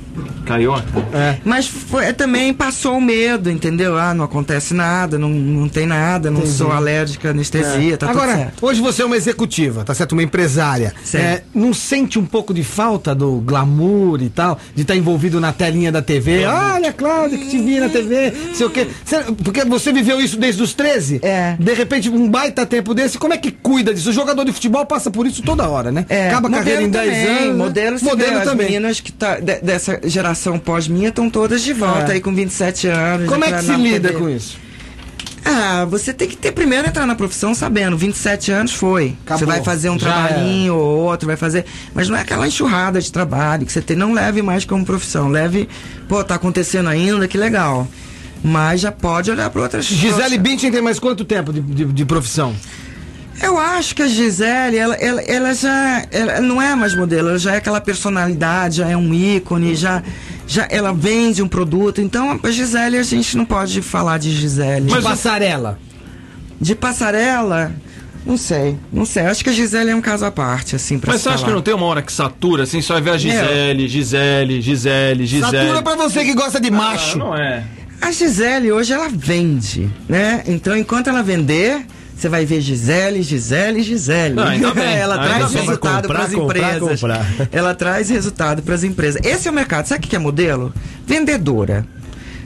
Speaker 5: Carioca.
Speaker 4: É.
Speaker 8: Mas foi, também passou o medo, entendeu? Ah, não acontece nada, não, não tem nada, não
Speaker 4: Entendi.
Speaker 8: sou alérgica à anestesia, tá
Speaker 4: Agora,
Speaker 8: tudo certo.
Speaker 4: hoje você é uma executiva, tá certo? Uma empresária.
Speaker 8: Certo.
Speaker 4: É, não sente um pouco de falta do glamour e tal? De estar envolvido na telinha da TV? Olha, Cláudia, que te vi na TV, sei o quê. Cê- Porque você viveu isso desde os 13? É. De repente, um baita tempo desse, como é que cuida disso? O jogador de futebol passa por isso toda hora, né?
Speaker 8: É,
Speaker 4: Acaba a
Speaker 8: modelo
Speaker 4: carreira em 10
Speaker 8: também,
Speaker 4: anos. né?
Speaker 8: Modelo, você vê, As meninas que tá, de- dessa geração pós minha estão todas de volta
Speaker 4: É.
Speaker 8: aí com 27 anos.
Speaker 4: Como é
Speaker 8: entrar
Speaker 4: que se
Speaker 8: na
Speaker 4: lida
Speaker 8: TV.
Speaker 4: com isso?
Speaker 8: Ah, você tem que ter primeiro entrar na profissão sabendo, 27 anos foi. Você
Speaker 4: Acabou.
Speaker 8: vai fazer um
Speaker 4: Já
Speaker 8: trabalhinho ou outro, vai fazer. Mas não é aquela enxurrada de trabalho que você tem. Não leve mais como profissão. Leve, pô, tá acontecendo ainda, que legal. Mas já pode olhar para outras
Speaker 4: Gisele Bündchen tem mais quanto tempo de, de- de profissão?
Speaker 8: eu acho que a Gisele, ela, ela, ela já ela não é mais modelo, ela já é aquela personalidade, já é um ícone, já, já ela vende um produto. Então, a Gisele, a gente não pode falar de Gisele.
Speaker 4: Mas passarela?
Speaker 8: De passarela? Não sei, não sei. Acho que a Gisele é um caso à parte, assim, pra
Speaker 5: Mas
Speaker 8: se
Speaker 5: você acha que
Speaker 8: falar.
Speaker 5: não tem uma hora que satura, assim, só vai ver a Gisele, Gisele, Gisele, Gisele.
Speaker 8: Satura pra você que gosta de
Speaker 5: Ah,
Speaker 8: macho.
Speaker 5: não é.
Speaker 8: A Gisele hoje ela vende, né? Então enquanto ela vender, você vai ver Gisele, Gisele, Gisele.
Speaker 5: Ah,
Speaker 16: Não, ainda bem.
Speaker 8: ela
Speaker 16: Ainda
Speaker 8: traz
Speaker 16: bem.
Speaker 8: resultado
Speaker 16: Comprar,
Speaker 8: para as
Speaker 16: comprar,
Speaker 8: empresas.
Speaker 16: comprar.
Speaker 8: Ela traz resultado para as empresas. Esse é o mercado. Sabe o que é modelo? Vendedora.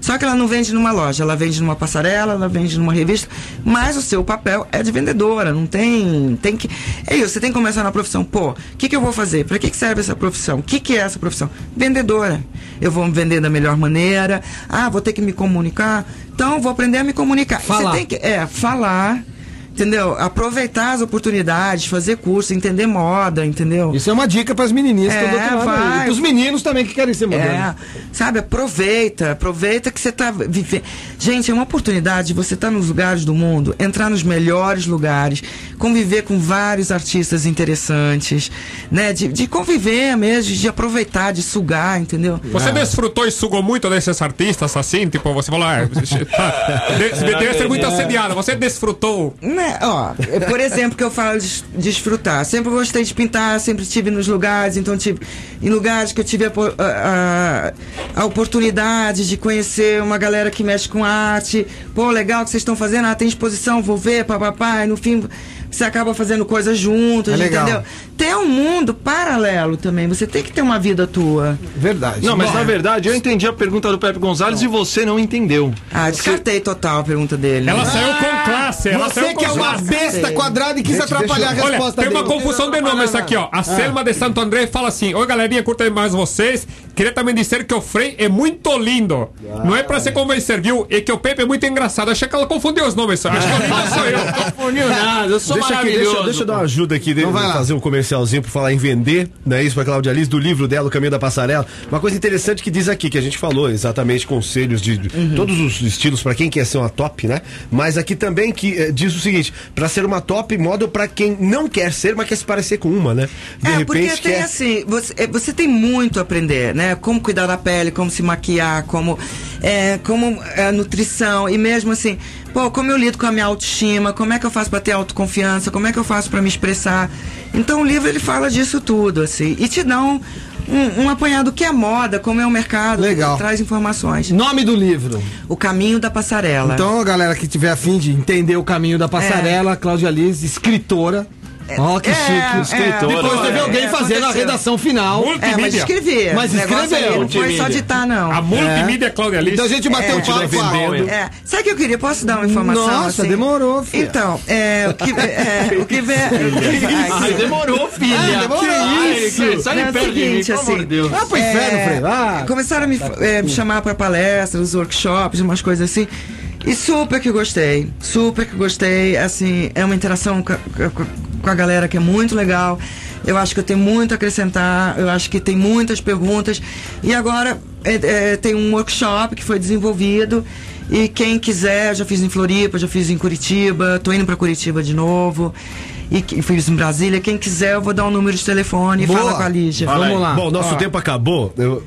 Speaker 8: Só que ela não vende numa loja, ela vende numa passarela, ela vende numa revista, mas o seu papel é de vendedora, não tem. tem que, é isso, você tem que começar na profissão. Pô, o que, que eu vou fazer? Para que, que serve essa profissão? O que, que é essa profissão? Vendedora. Eu vou me vender da melhor maneira, ah, vou ter que me comunicar, então vou aprender a me comunicar.
Speaker 4: Falar.
Speaker 8: Você tem que. É, falar. Entendeu? Aproveitar as oportunidades, fazer curso, entender moda, entendeu?
Speaker 4: Isso é uma dica para as menininhas que estão do outro lado aí. E pros meninos também que querem ser modelo.
Speaker 8: É, sabe, aproveita, aproveita que você tá vivendo. Gente, é uma oportunidade de você estar nos lugares do mundo, entrar nos melhores lugares, conviver com vários artistas interessantes, né? De, de conviver mesmo, de aproveitar, de sugar, entendeu?
Speaker 6: Você desfrutou e sugou muito desses artistas assim? Tipo, você falou, ah, tá, de- de- deve ser muito assediado. Você desfrutou.
Speaker 8: Né, ó, é, por exemplo, que eu falo de desfrutar. Sempre gostei de pintar, sempre estive nos lugares, então tive em lugares que eu tive a, po- a- a- a oportunidade de conhecer uma galera que mexe com arte. Pô, legal que vocês estão fazendo, ah, tem exposição, vou ver, papapá, e no fim você acaba fazendo coisas juntos,
Speaker 4: É legal.
Speaker 8: entendeu? Tem um mundo paralelo também, você tem que ter uma vida tua.
Speaker 4: Verdade.
Speaker 5: Não, mas na verdade eu entendi a pergunta do Pepe Gonzalez e você não entendeu.
Speaker 8: Ah, descartei total a pergunta dele. Né?
Speaker 5: Ela
Speaker 6: saiu com classe, ela
Speaker 5: você
Speaker 6: saiu com
Speaker 5: que é uma
Speaker 6: classe.
Speaker 5: besta quadrada e quis atrapalhar a
Speaker 6: Olha,
Speaker 5: resposta
Speaker 6: Tem uma
Speaker 5: dele.
Speaker 6: confusão de nomes aqui, ó. A
Speaker 5: Ah.
Speaker 6: Selma de Santo André fala assim: Oi, galerinha, curta demais vocês. Queria também dizer que o Frei é muito lindo. Não é pra se convencer, viu? E que o Pepe é muito engraçado. Achei que ela confundiu os nomes. Acho que o lindo sou eu.
Speaker 5: Não, eu sou
Speaker 7: deixa aqui,
Speaker 5: maravilhoso.
Speaker 7: deixa, deixa eu dar uma ajuda aqui, deixa eu
Speaker 5: vai lá.
Speaker 7: fazer um comercialzinho pra falar em vender, né? Isso pra Cláudia Liz, do livro dela, O Caminho da Passarela. Uma coisa interessante que diz aqui, que a gente falou exatamente conselhos de de
Speaker 8: Uhum.
Speaker 7: todos os estilos pra quem quer ser uma top, né? Mas aqui também que eh, diz o seguinte: pra ser uma top model pra quem não quer ser, mas quer se parecer com uma, né? De
Speaker 8: é, porque tem assim, você, é, você tem muito a aprender, né? Como cuidar da pele, como se maquiar, como, é, como é, nutrição e mesmo assim, pô, como eu lido com a minha autoestima, como é que eu faço pra ter autoconfiança, como é que eu faço pra me expressar. Então o livro ele fala disso tudo, assim, e te dá um, um, um apanhado do que é moda, como é o mercado,
Speaker 4: Legal.
Speaker 8: traz informações.
Speaker 4: Nome do livro.
Speaker 8: O caminho da passarela.
Speaker 4: Então, a galera que tiver afim de entender o caminho da passarela, Cláudia Liz, escritora. Ó, que
Speaker 8: é,
Speaker 4: chique.
Speaker 8: é, Escritora.
Speaker 4: Depois teve
Speaker 8: é,
Speaker 4: alguém
Speaker 8: é,
Speaker 4: fazendo a
Speaker 8: aconteceu.
Speaker 4: redação final.
Speaker 8: É, mas escrever.
Speaker 4: Mas
Speaker 8: O negócio
Speaker 4: escreveu.
Speaker 8: ali Não foi só ditar, não.
Speaker 6: A multimídia Cláudia Liz.
Speaker 4: Então a gente bateu
Speaker 8: É.
Speaker 4: o papo com a Áurea.
Speaker 8: É. Sabe o que eu queria? Posso dar uma informação?
Speaker 4: Nossa,
Speaker 8: assim?
Speaker 4: demorou, filho.
Speaker 8: Então, é, o que é, o É que vê.
Speaker 5: Ai, É, demorou, filha.
Speaker 8: Ah, demorou.
Speaker 5: Ai,
Speaker 8: isso?
Speaker 5: Sai de
Speaker 8: Não, é o
Speaker 5: perto de mim,
Speaker 8: seguinte,
Speaker 5: pelo
Speaker 8: assim,
Speaker 5: amor de Deus.
Speaker 4: Ah, pro inferno,
Speaker 8: é,
Speaker 4: Frei. Ah,
Speaker 8: Começaram a me, é, me chamar pra palestras, workshops, umas coisas assim. E super que gostei. Super que gostei. Assim, é uma interação com a, com a- com a galera que é muito legal. Eu acho que eu tenho muito a acrescentar. Eu acho que tem muitas perguntas. E agora é, é, tem um workshop que foi desenvolvido. E quem quiser, já fiz em Floripa, já fiz em Curitiba, tô indo pra Curitiba de novo. E que- fiz em Brasília. Quem quiser, eu vou dar o número de telefone e
Speaker 4: Boa.
Speaker 8: fala com a Lígia.
Speaker 4: Fala aí. Vamos lá.
Speaker 7: Bom, o nosso
Speaker 4: Ó.
Speaker 7: tempo acabou. Eu-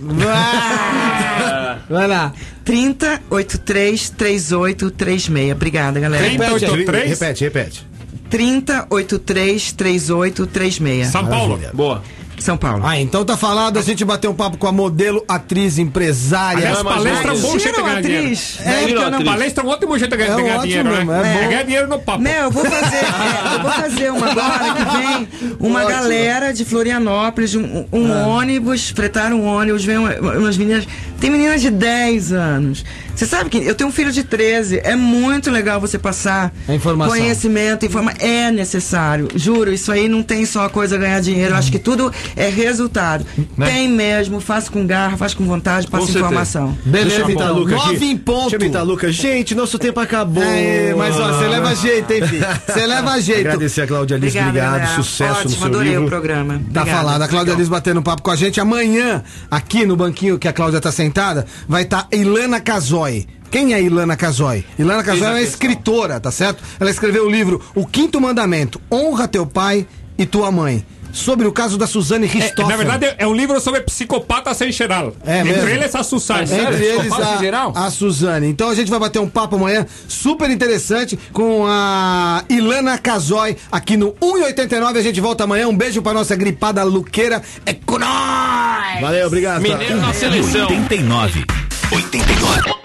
Speaker 4: Vai lá.
Speaker 8: 30 83 38 36. Obrigada, galera.
Speaker 4: Repete aí.
Speaker 6: 3?
Speaker 7: Repete, repete.
Speaker 8: 30 83 38 36.
Speaker 6: São Paulo.
Speaker 5: Boa.
Speaker 8: São Paulo.
Speaker 4: Ah, então tá falado, a gente bateu um papo com a modelo, atriz, empresária.
Speaker 6: Aliás, palestra é um bom jeito de ganhar dinheiro.
Speaker 8: É,
Speaker 5: Tira a atriz.
Speaker 6: Palestra é um ótimo jeito de ganhar
Speaker 4: É
Speaker 6: de ganhar
Speaker 4: ótimo,
Speaker 6: dinheiro, né?
Speaker 4: é bom.
Speaker 6: É ganhar dinheiro no papo.
Speaker 8: Não, eu vou fazer, é, eu vou fazer uma agora que vem uma galera de Florianópolis, um, um ônibus, fretaram um ônibus, vem uma- umas meninas. Tem meninas de 10 anos. Você sabe que eu tenho um filho de 13. É muito legal você passar
Speaker 4: É informação.
Speaker 8: conhecimento, informa é necessário. Juro, isso aí não tem só coisa ganhar dinheiro. Eu acho que tudo é resultado. Tem mesmo, faço com garra, faço com vontade, passo
Speaker 5: certeza.
Speaker 8: informação.
Speaker 7: Deixa eu
Speaker 4: Beleza,
Speaker 7: imitar a
Speaker 4: então.
Speaker 7: Luca aqui.
Speaker 4: Nove em ponto.
Speaker 7: Deixa eu imitar a Luca. Gente, nosso tempo acabou.
Speaker 4: Aê, mas ó, você leva jeito, hein, filho? Você leva jeito.
Speaker 7: Agradecer a Cláudia Liz,
Speaker 8: galera.
Speaker 7: obrigado, sucesso
Speaker 8: Ótimo,
Speaker 7: no seu
Speaker 8: adorei
Speaker 7: livro.
Speaker 8: o programa.
Speaker 4: Tá
Speaker 8: Obrigada.
Speaker 4: falado. A Cláudia Liz batendo papo com a gente. Amanhã, aqui no banquinho que a Cláudia tá sentada, vai estar Ilana Casoy. Quem é Ilana Casoy? Ilana Casoy é uma escritora, tá certo? Ela escreveu o livro O Quinto Mandamento: Honra teu pai e tua mãe. Sobre o caso da Suzane Ristoff.
Speaker 6: Na verdade, é um livro sobre psicopatas em geral.
Speaker 4: É
Speaker 6: Entre
Speaker 4: mesmo?
Speaker 6: eles, a Sussane.
Speaker 4: É Entre eles
Speaker 5: Psicopata em geral?
Speaker 4: a, a Suzane. Então a gente vai bater um papo amanhã super interessante com a Ilana Casoy aqui no 1,89. A gente volta amanhã. Um beijo pra nossa gripada luqueira. É com nós!
Speaker 7: Valeu, obrigado.
Speaker 5: Mineiro na seleção.
Speaker 12: 89. 89.